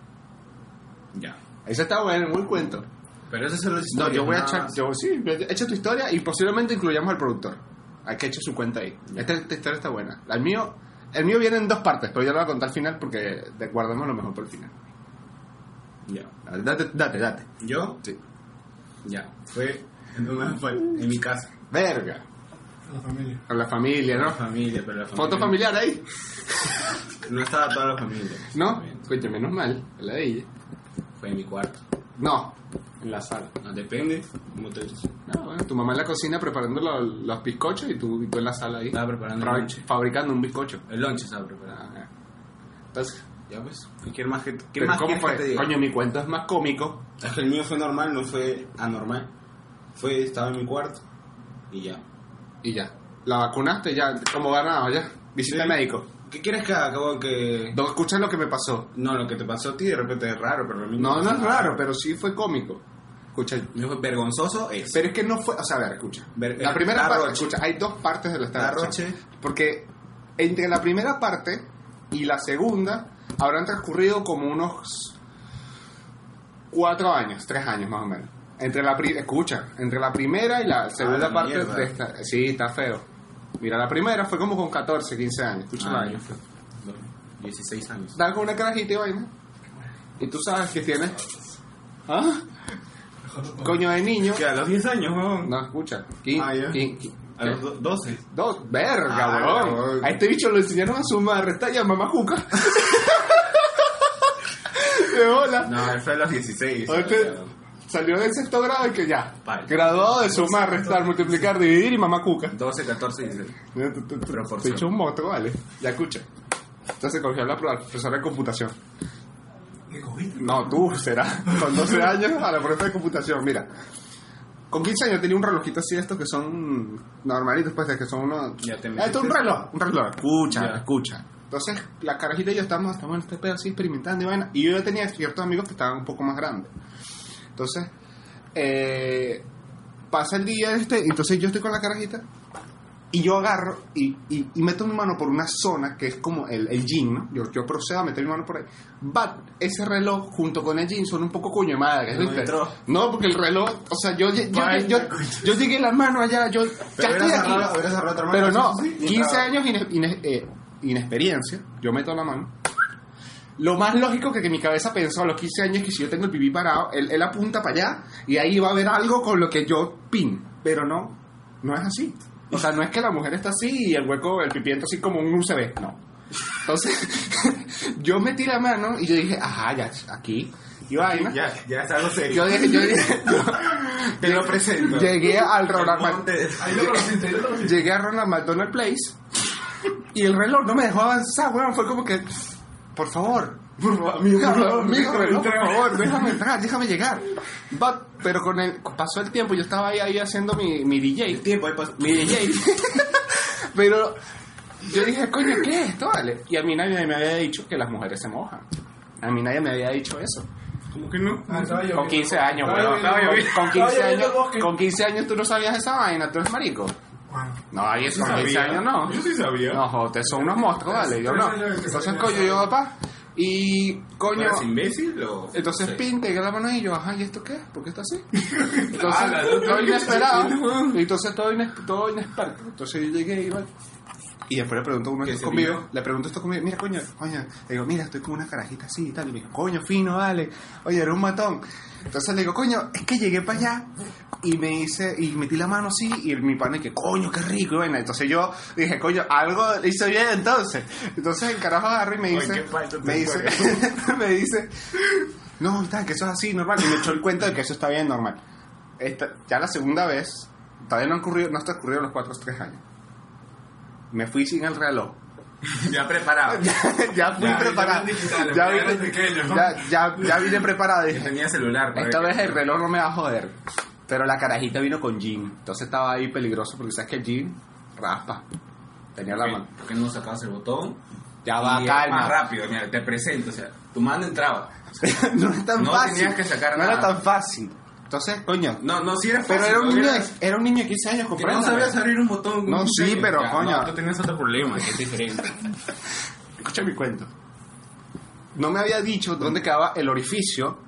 [SPEAKER 4] Ya.
[SPEAKER 2] Eso está bueno, muy cuento.
[SPEAKER 4] Pero eso solo es
[SPEAKER 2] No,
[SPEAKER 4] historia,
[SPEAKER 2] yo voy a
[SPEAKER 4] nada
[SPEAKER 2] echar.
[SPEAKER 4] más.
[SPEAKER 2] Yo, sí, echa tu historia y posiblemente incluyamos al productor. Al que eche su cuenta ahí. Esta, esta historia está buena. El mío, el mío viene en dos partes, pero yo lo voy a contar al final porque de- guardamos lo mejor por el final.
[SPEAKER 4] Ya.
[SPEAKER 2] Date, date, date.
[SPEAKER 4] ¿Yo?
[SPEAKER 2] Sí.
[SPEAKER 4] Ya. Fue en, una fa- en mi casa.
[SPEAKER 2] Verga.
[SPEAKER 3] La familia.
[SPEAKER 2] Con la familia,
[SPEAKER 4] La
[SPEAKER 2] ¿no?
[SPEAKER 4] familia, pero la familia.
[SPEAKER 2] Foto familiar ahí,
[SPEAKER 4] No estaba toda la familia.
[SPEAKER 2] ¿no? Escucha, menos mal, la de ella.
[SPEAKER 4] Fue en mi cuarto.
[SPEAKER 2] No.
[SPEAKER 4] En la sala. No depende. Como te dije.
[SPEAKER 2] No, bueno, tu mamá en la cocina preparando los, los bizcochos y tú, y tú en la sala ahí.
[SPEAKER 4] Estaba preparando
[SPEAKER 2] Fabri-
[SPEAKER 4] el lonche.
[SPEAKER 2] Fabricando un bizcocho.
[SPEAKER 4] El lonche estaba preparado.
[SPEAKER 2] Ah, Entonces,
[SPEAKER 4] Ya pues. ¿Qué más que, qué
[SPEAKER 2] pero
[SPEAKER 4] más
[SPEAKER 2] ¿cómo
[SPEAKER 4] quieres que
[SPEAKER 2] fue?
[SPEAKER 4] te diga?
[SPEAKER 2] Coño, mi cuento es más cómico.
[SPEAKER 4] Es que el mío fue normal, no fue anormal. Fue, estaba en mi cuarto y ya.
[SPEAKER 2] Y ya. La vacunaste ya, como ganado ya. Visita
[SPEAKER 4] Sí.
[SPEAKER 2] al médico.
[SPEAKER 4] ¿Qué quieres que haga? weón? Que...
[SPEAKER 2] No escuchas lo que me pasó.
[SPEAKER 4] No, lo que te pasó a ti de repente es raro, pero a mí
[SPEAKER 2] No,
[SPEAKER 4] me
[SPEAKER 2] no
[SPEAKER 4] pasó
[SPEAKER 2] es
[SPEAKER 4] nada.
[SPEAKER 2] raro, pero sí fue cómico. Escucha,
[SPEAKER 4] Me fue vergonzoso es.
[SPEAKER 2] pero es que no fue, o sea, a ver, escucha.
[SPEAKER 4] Ver- eh,
[SPEAKER 2] la primera parte,
[SPEAKER 4] Arroche.
[SPEAKER 2] escucha, hay dos partes de la estancia.
[SPEAKER 4] Arroche.
[SPEAKER 2] Porque entre la primera parte y la segunda habrán transcurrido como unos cuatro años, tres años más o menos. Entre la pri- escucha, entre la primera y la segunda
[SPEAKER 4] Ah, la
[SPEAKER 2] parte
[SPEAKER 4] mierda.
[SPEAKER 2] de esta, sí, está feo. Mira, la primera fue como con 14, 15 años, escucha
[SPEAKER 4] Ah,
[SPEAKER 2] la vaina.
[SPEAKER 4] yo fue- no, 16 años.
[SPEAKER 2] Dan con una carajita y vaina. Y tú sabes que tienes. ¿Ah?
[SPEAKER 3] Mejor no puedo.
[SPEAKER 2] Coño de niño.
[SPEAKER 4] Que a los 10 años, weón.
[SPEAKER 2] No, escucha. Quin-
[SPEAKER 4] Ah, ya.
[SPEAKER 2] quin- quin-
[SPEAKER 4] A los do- 12.
[SPEAKER 2] Dos, verga,
[SPEAKER 4] Ah,
[SPEAKER 2] weón.
[SPEAKER 4] weón.
[SPEAKER 2] A este bicho lo enseñaron a sumar, resta ya mamajuca. de bola.
[SPEAKER 4] No, él fue a los 16.
[SPEAKER 2] A este salió del sexto grado y que ya.
[SPEAKER 4] Vale.
[SPEAKER 2] Graduado de sumar, restar, multiplicar, dividir y mamacuca.
[SPEAKER 4] 12, 14, 16.
[SPEAKER 2] Te
[SPEAKER 4] Proporción.
[SPEAKER 2] echó un moto, vale. Ya escucha. Entonces cogió la pro- profesora de computación.
[SPEAKER 3] ¿Qué cogiste?
[SPEAKER 2] No, tú será. Con 12 años a la prueba de computación, mira. Con 15 años tenía un relojito así, estos que son normalitos, pues, que son unos...
[SPEAKER 4] Ya te
[SPEAKER 2] Esto es un
[SPEAKER 4] metiste.
[SPEAKER 2] reloj, un reloj. Escucha,
[SPEAKER 4] Ya.
[SPEAKER 2] escucha. Entonces, la carajita y yo estamos, estamos en este pedo así experimentando y vaina. Y yo ya tenía ciertos amigos que estaban un poco más grandes. Entonces, eh, pasa el día este, entonces yo estoy con la carajita y yo agarro y, y- y meto mi mano por una zona que es como el, el jean, ¿no? Yo, yo procedo a meter mi mano por ahí. Va, ese reloj junto con el jean son un poco coño de madre,
[SPEAKER 4] No
[SPEAKER 2] ¿viste?
[SPEAKER 4] entró.
[SPEAKER 2] No, porque el reloj, o sea, yo, yo, yo,
[SPEAKER 4] Vaya,
[SPEAKER 2] yo, yo llegué la mano allá, yo ya
[SPEAKER 4] Pero
[SPEAKER 2] estoy
[SPEAKER 4] hubieras
[SPEAKER 2] aquí.
[SPEAKER 4] agarrado- hubieras agarrado otra mano,
[SPEAKER 2] Pero no,
[SPEAKER 4] sí, sí, sí,
[SPEAKER 2] 15
[SPEAKER 4] entraba.
[SPEAKER 2] años ine- ine- eh, inexperiencia, yo meto la mano. Lo más lógico que, que mi cabeza pensó a los 15 años es que si yo tengo el pipí parado, él, él apunta para allá y ahí va a haber algo con lo que yo pin. Pero no, no es así. O sea, no es que la mujer está así y el hueco, el pipí entra así como un UCB, no. Entonces, yo metí la mano y yo dije, ajá, ya, aquí. Y vaina.
[SPEAKER 4] Ya, ya es algo serio.
[SPEAKER 2] Yo dije, yo dije,
[SPEAKER 4] Te lo presento.
[SPEAKER 2] llegué al Ronald
[SPEAKER 4] El
[SPEAKER 2] Mac-
[SPEAKER 4] monte-
[SPEAKER 3] Ahí lo conociste, ahí lo conociste.
[SPEAKER 2] llegué a Ronald McDonald Place y el reloj no me dejó avanzar, weón. Fue como que, por favor, por favor, mi reloj, mi reloj, por favor, déjame entrar, déjame llegar. Va, pero con el, pasó el tiempo, yo estaba ahí, ahí haciendo mi, mi DJ,
[SPEAKER 4] El tiempo ahí pasó.
[SPEAKER 2] mi DJ. pero yo dije, coño, ¿qué es esto, vale? Y a mí nadie me había dicho que las mujeres se mojan. A mí nadie me había dicho eso.
[SPEAKER 4] ¿Cómo que no?
[SPEAKER 3] Ah, estaba lloviendo.
[SPEAKER 2] Con 15 años,
[SPEAKER 3] Estaba
[SPEAKER 2] weón.
[SPEAKER 3] lloviendo.
[SPEAKER 2] Con, con 15
[SPEAKER 3] Estaba lloviendo
[SPEAKER 2] años,
[SPEAKER 3] el bosque.
[SPEAKER 2] con 15 años tú no sabías esa vaina, tú eres marico.
[SPEAKER 3] Bueno,
[SPEAKER 2] No, y eso, con 15
[SPEAKER 4] sabía.
[SPEAKER 2] años no.
[SPEAKER 4] Yo sí sabía.
[SPEAKER 2] No, joder, son unos monstruos, vale, yo no. Entonces, coño, yo, papá. Y, coño.
[SPEAKER 4] ¿Eres imbécil o...?
[SPEAKER 2] Entonces,
[SPEAKER 4] Sí.
[SPEAKER 2] pin, te llega la mano y yo, ajá, ¿y esto qué? ¿Por qué está así?
[SPEAKER 4] Ah, la
[SPEAKER 2] Entonces, todo inesperado. Entonces, todo, ines- todo inexperto. Entonces, yo llegué y vale. Y después le pregunto a uno
[SPEAKER 4] ¿Qué
[SPEAKER 2] esto
[SPEAKER 4] se
[SPEAKER 2] conmigo,
[SPEAKER 4] vio?
[SPEAKER 2] le pregunto esto conmigo, mira coño, coño, le digo, mira, estoy con una carajita así y tal, y me dice, coño, fino, vale, oye, era un matón. Entonces le digo, coño, es que llegué para allá y me hice, y metí la mano así, y el- mi pana que, coño, qué rico, y bueno, entonces yo dije, coño, algo le hice bien entonces. Entonces el carajo agarra y me
[SPEAKER 4] Oye,
[SPEAKER 2] dice,
[SPEAKER 4] qué falta te
[SPEAKER 2] me dice, me dice, no, tal, que eso es así, normal, y me echó el cuento de que eso está bien normal. Esta- ya la segunda vez, todavía no han ocurrido, no han transcurrido los cuatro o tres años. Me fui sin el reloj.
[SPEAKER 4] Ya preparado.
[SPEAKER 2] ya fui
[SPEAKER 4] Ya, ya
[SPEAKER 2] preparado.
[SPEAKER 3] eran digitales,
[SPEAKER 2] Ya
[SPEAKER 3] ya eran
[SPEAKER 2] vine-
[SPEAKER 3] pequeños, ¿no?
[SPEAKER 2] ya- ya- ya vine preparado.
[SPEAKER 4] Yo
[SPEAKER 2] Dije,
[SPEAKER 4] tenía celular. para
[SPEAKER 2] esta
[SPEAKER 4] ver
[SPEAKER 2] vez
[SPEAKER 4] qué-
[SPEAKER 2] el reloj no me va a joder. Pero la carajita vino con jean. Entonces estaba ahí peligroso porque sabes que el jean raspa. Tenía la mano.
[SPEAKER 4] ¿Por qué no sacabas el botón?
[SPEAKER 2] Ya va,
[SPEAKER 4] Y era Más
[SPEAKER 2] calma.
[SPEAKER 4] rápido, mira, te presento. O sea, tu mano entraba.
[SPEAKER 2] no es tan
[SPEAKER 4] No
[SPEAKER 2] fácil.
[SPEAKER 4] tenías que sacar
[SPEAKER 2] no era
[SPEAKER 4] nada.
[SPEAKER 2] tan fácil. Entonces, coño.
[SPEAKER 4] No, no, si era fácil.
[SPEAKER 2] pero era un,
[SPEAKER 4] no
[SPEAKER 2] niño de, era un niño de 15 años,
[SPEAKER 4] Que no
[SPEAKER 2] comprendo.
[SPEAKER 4] sabías abrir un botón.
[SPEAKER 2] No,
[SPEAKER 4] un
[SPEAKER 2] sí,
[SPEAKER 4] diseño.
[SPEAKER 2] pero,
[SPEAKER 4] Ya,
[SPEAKER 2] coño.
[SPEAKER 4] No, tú tenías otro problema, que es diferente.
[SPEAKER 2] Escucha mi cuento. No me había dicho dónde quedaba el orificio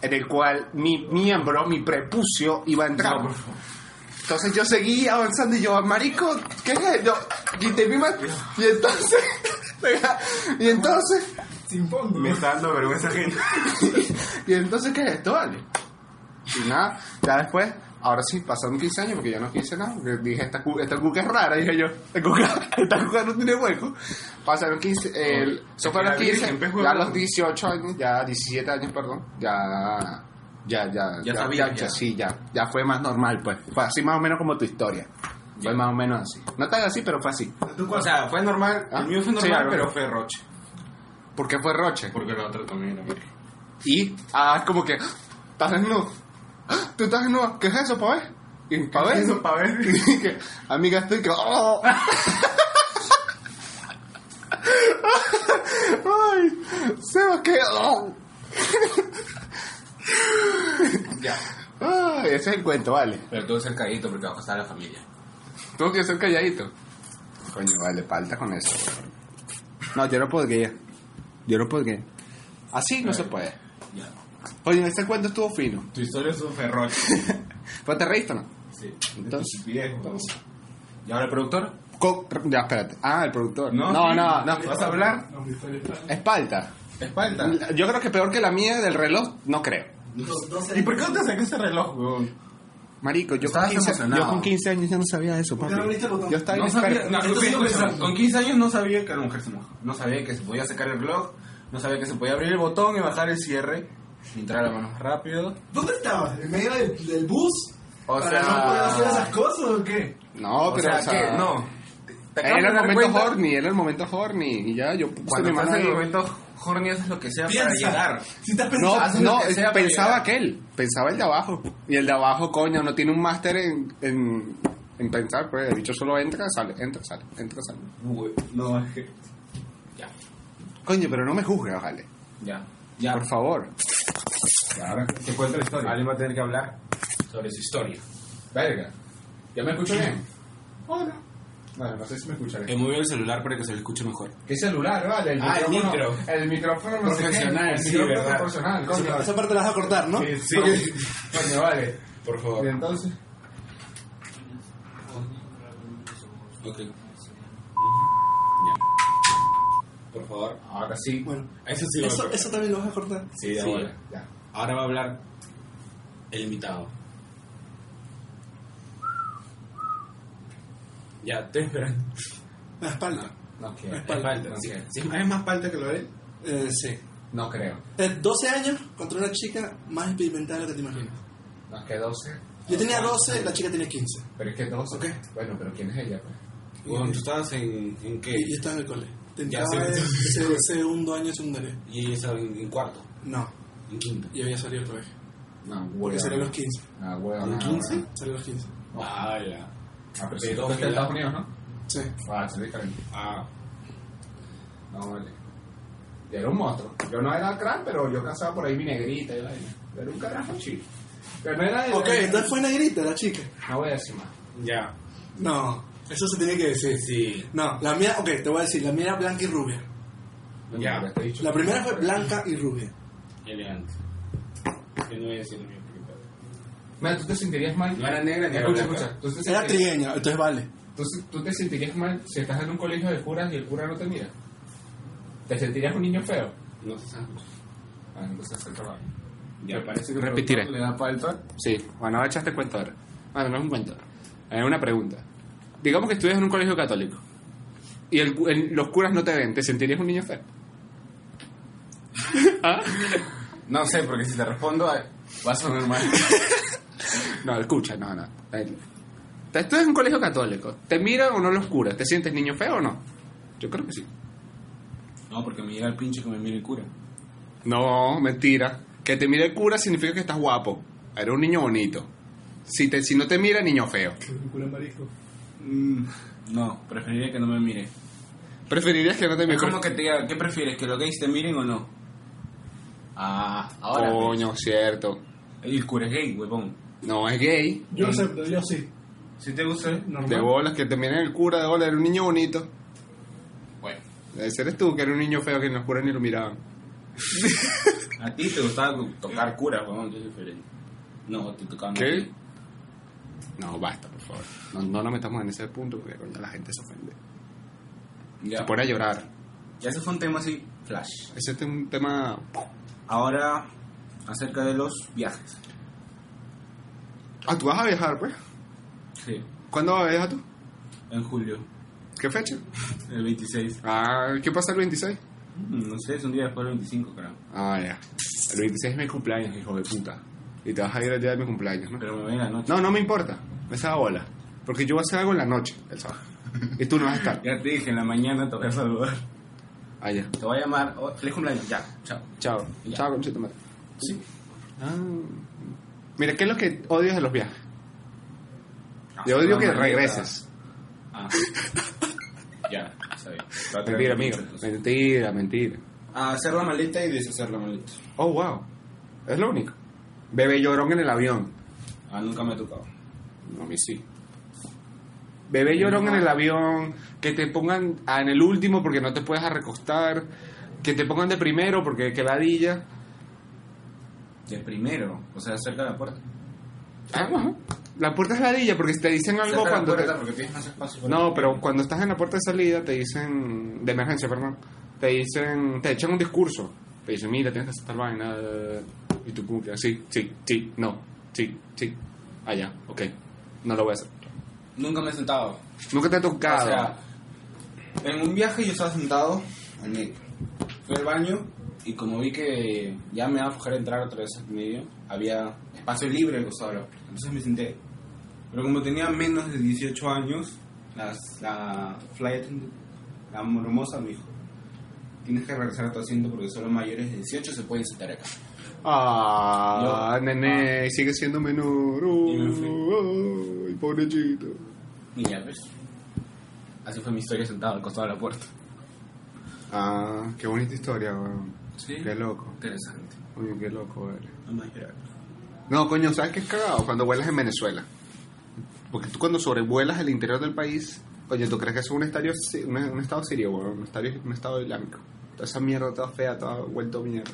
[SPEAKER 2] en el cual mi miembro, mi prepucio, iba a entrar.
[SPEAKER 4] No, por favor.
[SPEAKER 2] Entonces yo seguí avanzando y yo, marico, ¿qué es? Yo quité mi mano y entonces, y entonces
[SPEAKER 3] Steampunk,
[SPEAKER 2] Me
[SPEAKER 3] güey.
[SPEAKER 2] está dando vergüenza gente. y entonces, ¿qué es esto, vale? Y nada, ya después, ahora sí, pasaron 15 años porque yo no quise nada. Porque dije, esta, cu- esta cuca es rara. Dije yo, esta cuca, esta cuca no tiene hueco. Pasaron 15, eh, el- eso fue a los
[SPEAKER 4] la virgen,
[SPEAKER 2] 15,
[SPEAKER 4] pues,
[SPEAKER 2] ya a
[SPEAKER 4] huevón.
[SPEAKER 2] los 18 años, ya 17 años, perdón, ya. Ya, ya,
[SPEAKER 4] Ya sabía,
[SPEAKER 2] ya,
[SPEAKER 4] ya.
[SPEAKER 2] sí, ya, ya fue más normal, pues. Fue así más o menos como tu historia.
[SPEAKER 4] Ya.
[SPEAKER 2] Fue más o menos así. No tan así, pero fue así.
[SPEAKER 3] ¿Tú
[SPEAKER 4] O
[SPEAKER 3] cuál?
[SPEAKER 4] sea, fue normal.
[SPEAKER 2] Ah,
[SPEAKER 4] el mío fue
[SPEAKER 2] sí,
[SPEAKER 4] normal,
[SPEAKER 2] claro.
[SPEAKER 4] pero fue roche.
[SPEAKER 2] Porque fue Roche.
[SPEAKER 4] Porque la otra también era virgen.
[SPEAKER 2] Y, ah, como que, estás desnudo. ¡Ah! Tú estás desnudo. ¿Qué es eso, pa' ver? Y pa' ver.
[SPEAKER 4] eso, pa' ver?
[SPEAKER 2] Y que, Amiga, estoy que. ¡oh! ¡Ay! Sebas, que. ¡oh!
[SPEAKER 4] Ya.
[SPEAKER 2] ¡Ay! Ese es el cuento, vale.
[SPEAKER 4] Pero todo es el caído porque va a costar a la familia.
[SPEAKER 2] Tuvo que ser calladito. Coño, vale, falta con eso. No, yo no podría. Yo no podría. Así no se puede.
[SPEAKER 4] Ya.
[SPEAKER 2] Oye, este cuento estuvo fino.
[SPEAKER 4] Tu historia es un ferroche.
[SPEAKER 2] ¿Pero te reíste o no?
[SPEAKER 4] sí.
[SPEAKER 2] Entonces-
[SPEAKER 4] Entonces, viejo. Entonces. ¿Y ahora el productor?
[SPEAKER 2] Co- ya, espérate. Ah, el productor. No,
[SPEAKER 4] No,
[SPEAKER 2] no,
[SPEAKER 4] sí.
[SPEAKER 2] no.
[SPEAKER 4] ¿Vas a hablar?
[SPEAKER 3] No, mi historia está.
[SPEAKER 2] Espalda.
[SPEAKER 4] Espalda.
[SPEAKER 2] Yo creo que peor que la mía del reloj, no creo.
[SPEAKER 3] Dos- dos-
[SPEAKER 4] ¿Y por qué no te saqué ese reloj, weón?
[SPEAKER 2] Marico, yo con,
[SPEAKER 4] Estabas
[SPEAKER 2] 15,
[SPEAKER 4] emocionado.
[SPEAKER 2] yo con 15 años ya no sabía eso, papi.
[SPEAKER 3] Ya no abriste el botón.
[SPEAKER 2] Yo estaba
[SPEAKER 4] No
[SPEAKER 2] inexperto.
[SPEAKER 4] sabía, no,
[SPEAKER 3] Esto
[SPEAKER 4] escucha,
[SPEAKER 3] sigo
[SPEAKER 4] escucha.
[SPEAKER 3] pensando.
[SPEAKER 4] con 15 años no sabía que la mujer se moja. No sabía que se podía sacar el reloj, no sabía que se podía abrir el botón y bajar el cierre, y entrar a la mano más rápido.
[SPEAKER 3] ¿Dónde estabas? ¿En medio del, del bus?
[SPEAKER 2] O
[SPEAKER 3] ¿Para
[SPEAKER 2] sea-
[SPEAKER 3] no poder hacer esas cosas o qué?
[SPEAKER 2] No,
[SPEAKER 4] O
[SPEAKER 2] pero
[SPEAKER 4] sea,
[SPEAKER 2] o sea,
[SPEAKER 4] que no. Te acabas
[SPEAKER 2] Era
[SPEAKER 4] de
[SPEAKER 2] el
[SPEAKER 4] dar
[SPEAKER 2] momento
[SPEAKER 4] cuenta
[SPEAKER 2] horny, era el momento horny. Y ya yo puse
[SPEAKER 4] Cuando
[SPEAKER 2] mi mano
[SPEAKER 4] estás en el
[SPEAKER 2] ahí.
[SPEAKER 4] momento horny haces lo que sea para
[SPEAKER 3] Piensa.
[SPEAKER 4] llegar.
[SPEAKER 3] Si estás
[SPEAKER 2] No,
[SPEAKER 3] pensando.
[SPEAKER 2] no,
[SPEAKER 4] lo que sea para
[SPEAKER 2] pensaba
[SPEAKER 4] llegar.
[SPEAKER 2] aquel. Pensaba el de abajo. Y el de abajo, coño, no tiene un máster en, en, en pensar. Pues el bicho solo entra, sale, entra, sale, entra, sale.
[SPEAKER 4] Uy, No, es que... Ya,
[SPEAKER 2] Coño, pero no me juzgues, vale.
[SPEAKER 4] ya, ya.
[SPEAKER 2] Por favor.
[SPEAKER 4] Te cuento la historia. Alguien va a tener que hablar sobre su historia.
[SPEAKER 2] Verga.
[SPEAKER 4] ¿Ya me escucho bien?
[SPEAKER 2] Hola. Bueno, no sé si me escucharé.
[SPEAKER 4] He movido Eh, el celular para que se le escuche mejor.
[SPEAKER 2] ¿Qué celular, vale? El
[SPEAKER 4] Ah, el
[SPEAKER 2] micrófono.
[SPEAKER 4] micro.
[SPEAKER 2] El micrófono no sé qué.
[SPEAKER 4] Profesional,
[SPEAKER 2] El
[SPEAKER 4] sí,
[SPEAKER 2] micrófono
[SPEAKER 4] verdad.
[SPEAKER 2] Profesional, coño.
[SPEAKER 3] Esa parte la vas a cortar, ¿no?
[SPEAKER 2] Sí, sí. Coño, vale.
[SPEAKER 4] Por
[SPEAKER 2] Y
[SPEAKER 4] favor.
[SPEAKER 2] entonces.
[SPEAKER 4] Ok. Ya. Por favor. Ahora sí.
[SPEAKER 3] Bueno,
[SPEAKER 4] Eso sí lo
[SPEAKER 3] eso,
[SPEAKER 4] voy a
[SPEAKER 3] eso también lo vas a cortar.
[SPEAKER 4] Sí, ya
[SPEAKER 2] Sí,
[SPEAKER 4] bueno.
[SPEAKER 2] ya.
[SPEAKER 4] Ahora va a hablar el invitado. Ya, estoy esperando.
[SPEAKER 3] La espalda.
[SPEAKER 4] No quiero. Es
[SPEAKER 3] Espalda.
[SPEAKER 4] falta. Sí, sí, Ah, es más falta que lo de él.
[SPEAKER 3] Eh, sí.
[SPEAKER 2] No creo.
[SPEAKER 3] Eh, 12 años contra una chica más experimentada de lo que te imaginas.
[SPEAKER 2] No, es que 12.
[SPEAKER 3] Yo tenía 12, la chica tenía 15.
[SPEAKER 2] Pero es que 12.
[SPEAKER 3] Ok.
[SPEAKER 2] Bueno, pero ¿quién es ella? pues?
[SPEAKER 4] Bueno, tú estabas en, en qué?
[SPEAKER 3] Y yo estaba en el cole. Tentaba
[SPEAKER 4] Ya,
[SPEAKER 3] el
[SPEAKER 4] sí.
[SPEAKER 3] se- segundo año de secundaria.
[SPEAKER 4] Y ella estaba en, en cuarto,
[SPEAKER 3] No,
[SPEAKER 4] en quinto.
[SPEAKER 3] yo había salido otra vez.
[SPEAKER 2] No,
[SPEAKER 3] Porque
[SPEAKER 2] huevo.
[SPEAKER 3] salí a los 15.
[SPEAKER 2] No, huevo.
[SPEAKER 4] ¿En
[SPEAKER 2] no,
[SPEAKER 4] 15?
[SPEAKER 2] no.
[SPEAKER 3] Salí a los 15.
[SPEAKER 4] Vaya.
[SPEAKER 2] Ah, pero si tú estás en Estados Unidos, ¿no?
[SPEAKER 3] Sí.
[SPEAKER 2] Ah, eso es diferente.
[SPEAKER 4] Ah,
[SPEAKER 2] No, vale. Yo era un monstruo. Yo no era crack, pero yo cazaba por ahí mi negrita y vaina. Yo era un carajo chido. Pero no era de-
[SPEAKER 3] Ok, entonces fue negrita la chica.
[SPEAKER 2] No voy a decir más.
[SPEAKER 4] ya.
[SPEAKER 3] No, eso se tiene que decir.
[SPEAKER 4] Sí.
[SPEAKER 3] No, la mía, ok, te voy a decir, la mía era blanca y rubia.
[SPEAKER 2] No,
[SPEAKER 4] Ya.
[SPEAKER 2] pero te he dicho
[SPEAKER 3] La
[SPEAKER 2] que-
[SPEAKER 3] primera fue blanca y rubia.
[SPEAKER 4] Elegante. Que no voy a decir lo mío. porque-
[SPEAKER 2] Mira, tú te sentirías mal.
[SPEAKER 4] No era negra ni era
[SPEAKER 2] Escucha,
[SPEAKER 4] blanca.
[SPEAKER 2] escucha. Tú te,
[SPEAKER 3] Era
[SPEAKER 2] sentirías,
[SPEAKER 3] trigueña, entonces vale.
[SPEAKER 2] tú, tú te sentirías mal si estás en un colegio de curas y el cura no te mira. ¿Te sentirías un niño feo?
[SPEAKER 4] No se sabe.
[SPEAKER 2] Ah, entonces es el trabajo.
[SPEAKER 4] Ya parece que
[SPEAKER 2] Repetiré.
[SPEAKER 4] le da falta.
[SPEAKER 2] Sí, bueno, ahora echaste cuenta ahora. Bueno, no es un cuento. Es una pregunta. Digamos que estudias en un colegio católico y el cu- el- los curas no te ven, ¿te sentirías un niño feo?
[SPEAKER 4] No sé, porque si te respondo eh, va a sonar mal.
[SPEAKER 2] No, escucha, no, no. Eh, Te estudias en un colegio católico, ¿te miran o no los curas? ¿Te sientes niño feo o no? Yo creo que sí.
[SPEAKER 4] No, porque me llega el pinche que me mire el cura.
[SPEAKER 2] No, mentira. Que te mire el cura significa que estás guapo. Eres un niño bonito. Si, te, si no te mira, niño feo.
[SPEAKER 4] No, preferiría que no me mire.
[SPEAKER 2] Preferirías que no te mire.
[SPEAKER 4] Es como que te diga, ¿qué prefieres? ¿Que los gays te miren o no? Ah, ahora.
[SPEAKER 2] Coño, cierto.
[SPEAKER 4] pues. El cura es gay, huevón.
[SPEAKER 2] No es gay.
[SPEAKER 3] Yo acepto, yo sí.
[SPEAKER 4] Si te gusta, normal.
[SPEAKER 2] De bolas, que te miren el cura de bolas, era un niño bonito.
[SPEAKER 4] Bueno,
[SPEAKER 2] Ese eres tú, que era un niño feo que ni los curas ni lo miraban.
[SPEAKER 4] a ti te gustaba tocar cura, huevón, que es diferente. No, te tocaba
[SPEAKER 2] ¿Qué? No, basta, por favor. No, no nos metamos en ese punto porque coño, la gente se ofende.
[SPEAKER 4] Ya.
[SPEAKER 2] Se pone a llorar.
[SPEAKER 4] Ya ese fue un tema así, flash.
[SPEAKER 2] Ese es un tema...
[SPEAKER 4] Ahora, acerca de los viajes.
[SPEAKER 2] Ah, tú vas a viajar, pues.
[SPEAKER 4] Sí.
[SPEAKER 2] ¿Cuándo vas a viajar tú?
[SPEAKER 4] En julio,
[SPEAKER 2] ¿Qué fecha?
[SPEAKER 4] el 26.
[SPEAKER 2] Ah, ¿qué pasa el 26?
[SPEAKER 4] Mm, No sé, es un día después del 25, creo.
[SPEAKER 2] Ah, ya. El 26 es mi cumpleaños, hijo de puta. Y te vas a ir el día de mi cumpleaños, ¿no?
[SPEAKER 4] Pero me voy en la noche.
[SPEAKER 2] No, no me importa. Esa bola. Porque yo voy a hacer algo en la noche, el sábado. Y tú no vas a estar.
[SPEAKER 4] Ya te dije, en la mañana te voy a saludar.
[SPEAKER 2] Ah, ya.
[SPEAKER 4] Te voy a llamar. Oh, feliz cumpleaños, ya, chao.
[SPEAKER 2] Chao.
[SPEAKER 4] Ya.
[SPEAKER 2] Chao, conchito madre.
[SPEAKER 4] Sí.
[SPEAKER 2] Ah. Mira, ¿qué es lo que odias de los viajes? Yo odio que regreses.
[SPEAKER 4] Ah. ya, está bien. Te voy a traer
[SPEAKER 2] Mentira,
[SPEAKER 4] mucho,
[SPEAKER 2] amigo.
[SPEAKER 4] entonces.
[SPEAKER 2] Mentira, mentira.
[SPEAKER 4] A hacer la maleta y deshacer la maleta.
[SPEAKER 2] Oh, wow. Es lo único. Bebé llorón en el avión.
[SPEAKER 4] Ah, nunca me ha tocado.
[SPEAKER 2] No, a mí sí. Bebé llorón en el avión, que te pongan ah, en el último porque no te puedes recostar, que te pongan de primero porque que ladilla.
[SPEAKER 4] De primero, o sea, cerca de la puerta.
[SPEAKER 2] Ah, ajá. La puerta es ladilla porque si te dicen
[SPEAKER 4] Cerca de
[SPEAKER 2] algo
[SPEAKER 4] la
[SPEAKER 2] cuando... te-
[SPEAKER 4] puerta porque tienes más espacio.
[SPEAKER 2] No, pero cuando estás en la puerta de salida te dicen... De emergencia, perdón. Te dicen... Te echan un discurso. Te dicen, mira, tienes que hacer tal vaina. eh, Y tú como que, sí, sí, sí, no, sí, sí. Allá, ok. No lo voy a hacer.
[SPEAKER 4] Nunca me he sentado.
[SPEAKER 2] Nunca te ha tocado.
[SPEAKER 4] O sea, en un viaje yo estaba sentado al medio. Fui al baño y como vi que ya me iba a fojar entrar otra vez al medio, había espacio libre al costado de la puerta. Entonces me senté. Pero como tenía menos de 18 años, las, la flight attendant, la mormosa me dijo, tienes que regresar a tu asiento porque solo mayores de 18 se pueden sentar acá.
[SPEAKER 2] Ah,
[SPEAKER 4] Yo-
[SPEAKER 2] nene, sigue siendo menor. Oh,
[SPEAKER 4] Y me fui.
[SPEAKER 2] ay, pobrecito.
[SPEAKER 4] Y ya ves. Así fue mi historia sentado al costado de la puerta.
[SPEAKER 2] Ah, qué bonita historia, weón.
[SPEAKER 4] Sí.
[SPEAKER 2] Qué loco.
[SPEAKER 4] Interesante.
[SPEAKER 2] Coño, qué loco eres.
[SPEAKER 4] No más llorar.
[SPEAKER 2] No, coño, ¿sabes qué es cagado? Cuando vuelas en Venezuela. Porque tú cuando sobrevuelas el interior del país, coño, tú crees que es un, estadio, si- un, un estado sirio, weón. Un, estadio, un estado islámico. Toda esa mierda toda fea, toda vuelto mierda.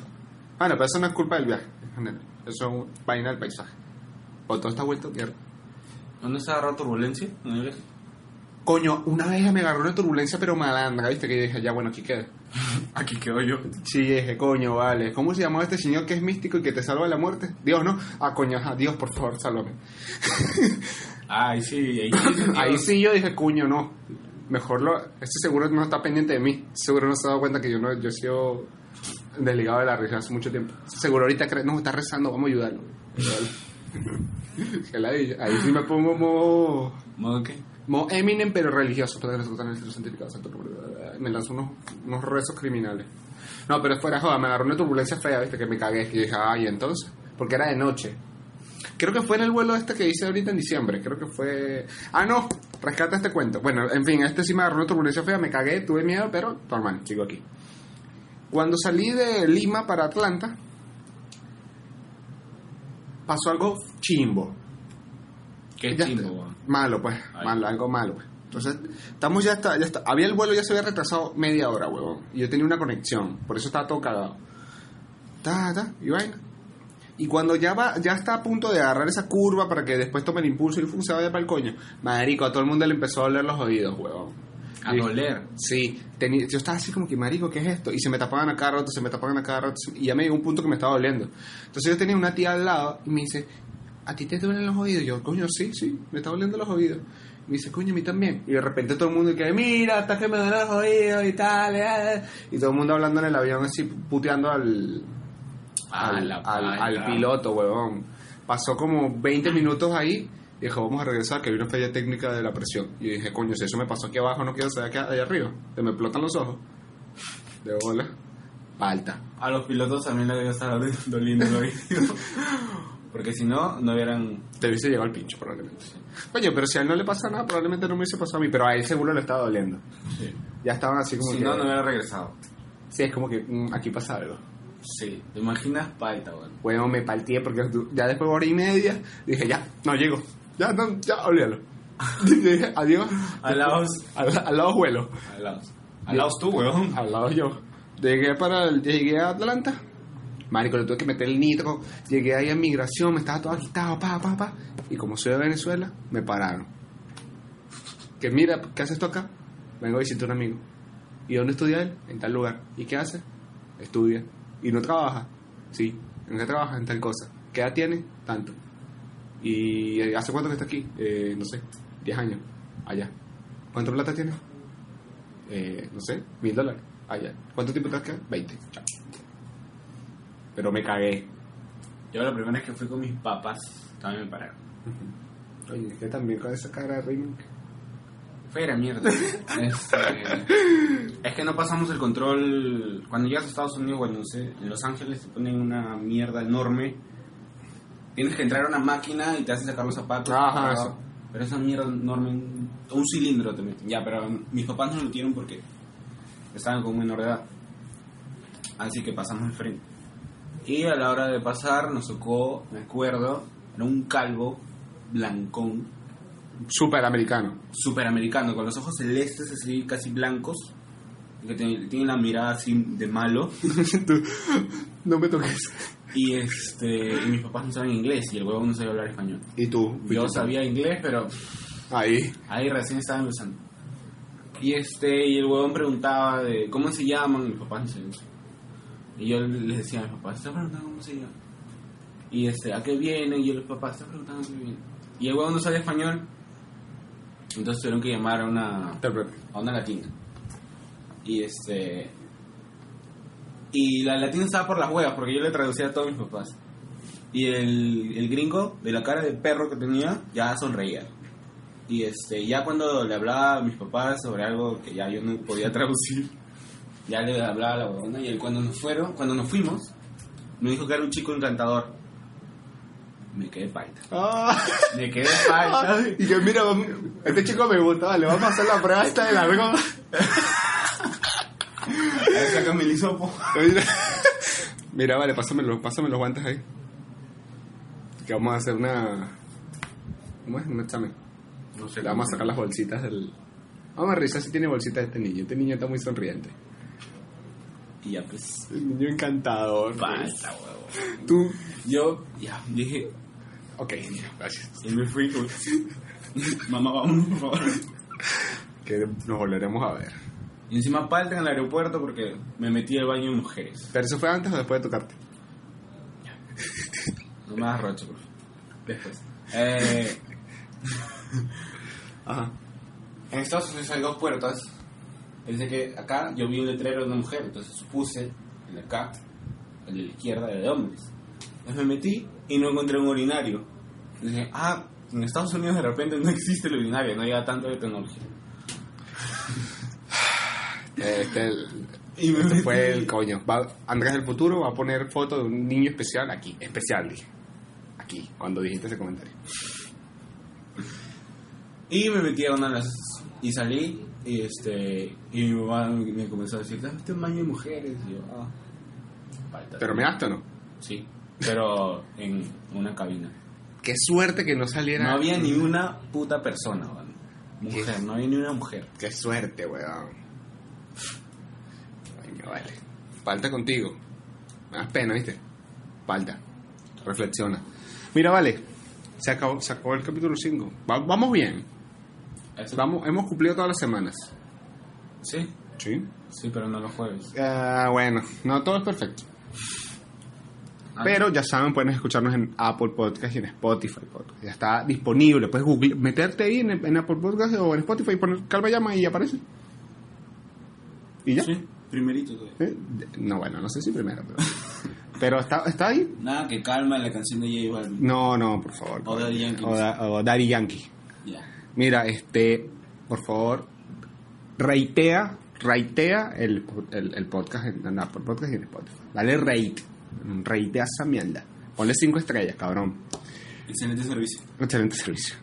[SPEAKER 2] Ah, no, pero eso no es culpa del viaje, en general. Eso es un- vaina del paisaje. O todo está vuelto mierda.
[SPEAKER 4] ¿Dónde está agarrado turbulencia? ¿En el viaje?
[SPEAKER 2] Coño, una vez me agarró una turbulencia, pero malandra, ¿viste? Que yo dije, ya, bueno, aquí queda.
[SPEAKER 4] Aquí quedo yo.
[SPEAKER 2] Sí, dije, coño, vale. ¿Cómo se llamaba este señor que es místico y que te salva de la muerte? Dios, ¿no? Ah, coño, ajá, Dios, por favor, sálvame.
[SPEAKER 4] Ay, sí, ahí
[SPEAKER 2] Ahí sí yo dije, coño, no. Mejor lo... Este seguro no está pendiente de mí. Este Seguro no se ha dado cuenta que yo no... Yo he sido desligado de la religión hace mucho tiempo. Este Seguro ahorita cree, no, está rezando, vamos a ayudarlo. Que la di- Ahí sí me pongo modo...
[SPEAKER 4] ¿Modo qué?
[SPEAKER 2] Mo Eminem, pero religioso, para resultar en el centro santificado. santo nombre, bla, bla, bla. Me lanzó unos, unos rezos criminales. No, pero fuera joda, me agarró una turbulencia fea, viste, que me cagué. Y dije, ay, entonces, porque era de noche. Creo que fue en el vuelo este que hice ahorita en diciembre. Creo que fue. Ah, no, rescata este cuento. Bueno, en fin, este sí me agarró una turbulencia fea, me cagué, tuve miedo, pero normal, sigo aquí. Cuando salí de Lima para Atlanta, pasó algo chimbo.
[SPEAKER 4] Qué
[SPEAKER 2] Ya
[SPEAKER 4] chimbo,
[SPEAKER 2] está.
[SPEAKER 4] weón.
[SPEAKER 2] Malo, pues.
[SPEAKER 4] Ay.
[SPEAKER 2] Malo, algo malo, pues. Entonces, estamos ya está, ya está. Había el vuelo, ya se había retrasado media hora, huevón. Y yo tenía una conexión, por eso estaba todo cagado. Ta, ta, y vaina. Y cuando ya va, ya está a punto de agarrar esa curva para que después tome el impulso y ¡fum! se vaya para el coño. Marico, a todo el mundo le empezó a doler los oídos, huevón.
[SPEAKER 4] A
[SPEAKER 2] Y-
[SPEAKER 4] doler.
[SPEAKER 2] Sí, tenía- yo estaba así como que, marico, ¿qué es esto? Y se me tapaban a cada rato, se me tapaban a cada rato, se- y ya me llegó un punto que me estaba doliendo. Entonces yo tenía una tía al lado y me dice, ¿a ti te duelen los oídos? Y yo, coño, sí, sí, me está doliendo los oídos. Y me dice, coño, a mí también. Y de repente todo el mundo que, mira, hasta que me duelen los oídos y tal, eh, eh". y todo el mundo hablando en el avión así, puteando al,
[SPEAKER 4] Ah,
[SPEAKER 2] al,
[SPEAKER 4] la
[SPEAKER 2] al-
[SPEAKER 4] vaina.
[SPEAKER 2] al piloto, huevón. Pasó como 20 minutos ahí. y Dijo, vamos a regresar, que hay una falla técnica de la presión. Y dije, coño, si eso me pasó aquí abajo, no quiero saber que allá arriba. Se me explotan los ojos. De bola. Falta.
[SPEAKER 4] A los pilotos también les debe estar doliendo el oído. Porque si no, no hubieran...
[SPEAKER 2] Te hubiese llegado el pincho, probablemente. Oye, pero si a él no le pasa nada, probablemente no me hubiese pasado a mí. Pero a él seguro le estaba doliendo. Ya estaban así como
[SPEAKER 4] Si
[SPEAKER 2] que...
[SPEAKER 4] no, no hubiera regresado.
[SPEAKER 2] Sí, es como que mm, aquí pasa algo.
[SPEAKER 4] Sí. ¿Te imaginas? Palta, weón.
[SPEAKER 2] Bueno, me partí porque du- ya después de hora y media dije, ya, no llego. Ya, no, ya, olvídalo. dije, adiós.
[SPEAKER 4] Alaos.
[SPEAKER 2] Al, al lado vuelo.
[SPEAKER 4] Alaos. Alaos tú, weón.
[SPEAKER 2] Al lado yo. Llegué, para el- llegué a Atlanta. Marico, le tuve que meter el nitro. Llegué ahí a migración, me estaba todo agitado, pa, pa, pa. Y como soy de Venezuela, me pararon. Que mira, ¿qué haces tú acá? Vengo a visitar a un amigo. ¿Y dónde estudia él? En tal lugar. ¿Y qué hace? Estudia. ¿Y no trabaja? Sí. ¿En qué trabaja? En tal cosa. ¿Qué edad tiene? Tanto. ¿Y eh, hace cuánto que está aquí? Eh, no sé. 10 años. Allá. ¿Cuánto plata tiene? Eh, no sé. Mil dólares. Allá. ¿Cuánto tiempo te has quedado? 20. Chao. Pero me cagué.
[SPEAKER 6] Yo la primera vez que fui con mis papás también me pararon.
[SPEAKER 2] Oye, es que también con esa cara de Raymond.
[SPEAKER 6] Fuera mierda. Este, es que no pasamos el control. Cuando llegas a Estados Unidos, bueno, no sé, en Los Ángeles te ponen una mierda enorme. Tienes que entrar a una máquina y te hacen sacar los zapatos.
[SPEAKER 2] Ajá,
[SPEAKER 6] pero,
[SPEAKER 2] eso.
[SPEAKER 6] pero esa mierda enorme, un cilindro te meten. Ya, pero mis papás no lo tienen porque estaban con menor de edad. Así que pasamos al frente. Y a la hora de pasar nos tocó, me acuerdo, era un calvo blancón
[SPEAKER 2] Súper americano.
[SPEAKER 6] superamericano, con los ojos celestes así casi blancos, que te- tiene la mirada así de malo,
[SPEAKER 2] No me toques.
[SPEAKER 6] y este y mis papás no saben inglés y el huevón no sabía hablar español.
[SPEAKER 2] ¿Y tú?
[SPEAKER 6] Yo sabía inglés, pero
[SPEAKER 2] Ahí.
[SPEAKER 6] ahí recién estaba empezando. Y este y el huevón preguntaba de cómo se llaman, y mis papás no sabían. Y yo les decía a mis papás, ¿estás preguntando cómo se llaman? Y este, ¿a qué vienen? Y yo, los papás, ¿estás preguntando a qué vienen? Y el huevón no sabía español. Entonces tuvieron que llamar a una a una latina. Y este. Y la latina estaba por las huevas, porque yo le traducía a todos mis papás. Y el, el gringo, de la cara de perro que tenía, ya sonreía. Y este, ya cuando le hablaba a mis papás sobre algo que ya yo no podía traducir, ya le hablaba a la huevona. Y él, cuando nos fueron, cuando nos fuimos, me dijo que era un chico encantador. Me quedé falta.
[SPEAKER 2] Ah.
[SPEAKER 6] Me quedé falta.
[SPEAKER 2] Y que mira, vamos- este chico me gusta, le vamos a hacer la prueba esta de la broma.
[SPEAKER 6] Saca mi lisopo.
[SPEAKER 2] Mira. Mira, vale, pásame los, pásame los guantes ahí. Que vamos a hacer una. ¿Cómo es? Un examen.
[SPEAKER 6] No sé.
[SPEAKER 2] Le vamos a sacar las bolsitas del. Vamos a revisar si tiene bolsitas este niño. Este niño está muy sonriente.
[SPEAKER 6] Y ya pues.
[SPEAKER 2] El niño encantador. pues.
[SPEAKER 6] Falta, huevo.
[SPEAKER 2] Tú.
[SPEAKER 6] Yo ya dije,
[SPEAKER 2] Ok, gracias.
[SPEAKER 6] y me fui con... Mamá, vámonos, por favor.
[SPEAKER 2] Que nos volveremos a ver.
[SPEAKER 6] Y encima palta en el aeropuerto porque me metí al baño de mujeres.
[SPEAKER 2] ¿Pero eso fue antes o después de tocarte?
[SPEAKER 6] No me hagas roche, por favor. Después. Eh,
[SPEAKER 2] Ajá.
[SPEAKER 6] en Estados Unidos hay dos puertas. Pensé que acá yo vi un letrero de una mujer, entonces supuse el de acá, el de la izquierda, el de hombres. Entonces me metí y no encontré un urinario. Dije, ah, en Estados Unidos de repente no existe el urinario, no llega tanto de tecnología.
[SPEAKER 2] Este, el-
[SPEAKER 6] Y me
[SPEAKER 2] este
[SPEAKER 6] metí.
[SPEAKER 2] fue el coño. Va, Andrés del futuro va a poner foto de un niño especial aquí. Especial, dije. Aquí, cuando dijiste ese comentario.
[SPEAKER 6] Y me metí a una de las... Y salí, y este... Y mi mamá me me comenzó a decir, dame este baño de mujeres. Y yo, ah... falta.
[SPEAKER 2] ¿Pero me o no?
[SPEAKER 6] Sí, pero en una cabina.
[SPEAKER 2] Qué suerte que no saliera.
[SPEAKER 6] No había ni una puta persona, weón. Mujer, no había ni una mujer.
[SPEAKER 2] Qué suerte, weón. Coño, vale. Falta contigo. Me das pena, ¿viste? Falta. Reflexiona. Mira, vale. Se acabó, se acabó el capítulo 5. vamos bien.
[SPEAKER 6] Eso-
[SPEAKER 2] Vamos, hemos cumplido todas las semanas.
[SPEAKER 6] Sí,
[SPEAKER 2] Sí.
[SPEAKER 6] sí, pero no los jueves.
[SPEAKER 2] Ah, bueno, no todo es perfecto.
[SPEAKER 6] Ah,
[SPEAKER 2] Pero ya saben, pueden escucharnos en Apple Podcast y en Spotify Podcast. Ya está disponible. Puedes Google, meterte ahí en, en Apple Podcast o en Spotify y poner Calva Llama y aparece. Y ya.
[SPEAKER 6] Sí, primerito todavía.
[SPEAKER 2] Eh, No, bueno, no sé si primero, pero. pero está, está ahí.
[SPEAKER 6] Nada, que calma la canción de J Balvin.
[SPEAKER 2] No, no, por favor.
[SPEAKER 6] O Daddy Yankee.
[SPEAKER 2] O, Da- o Daddy Yankee.
[SPEAKER 6] Ya.
[SPEAKER 2] Mira, este, por favor, reitea, reitea el, el, el podcast en en Apple Podcast y en Spotify. Dale rate. Reitea esa mierda. Ponle cinco estrellas, cabrón.
[SPEAKER 6] Excelente servicio.
[SPEAKER 2] Excelente servicio.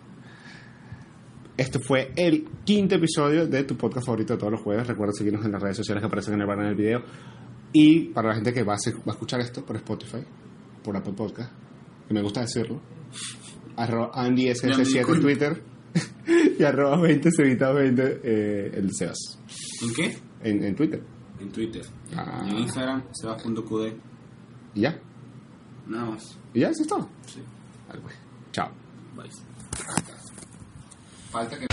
[SPEAKER 2] Esto fue el quinto episodio de tu podcast favorito de todos los jueves. Recuerda seguirnos en las redes sociales que aparecen en el banner del video. Y para la gente que va a, ser- va a escuchar esto por Spotify, por Apple Podcast, que me gusta decirlo, arroba AndySS7 en Twitter y arroba 20 cevita 20 eh, el Sebas
[SPEAKER 6] ¿En qué?
[SPEAKER 2] en, en Twitter.
[SPEAKER 6] En Twitter.
[SPEAKER 2] Ah.
[SPEAKER 6] En Instagram, sebas.qd.
[SPEAKER 2] Y ya,
[SPEAKER 6] Nada más.
[SPEAKER 2] y ya, eso es todo.
[SPEAKER 6] Sí.
[SPEAKER 2] Dale, pues. Chao.
[SPEAKER 6] Bye. Falta que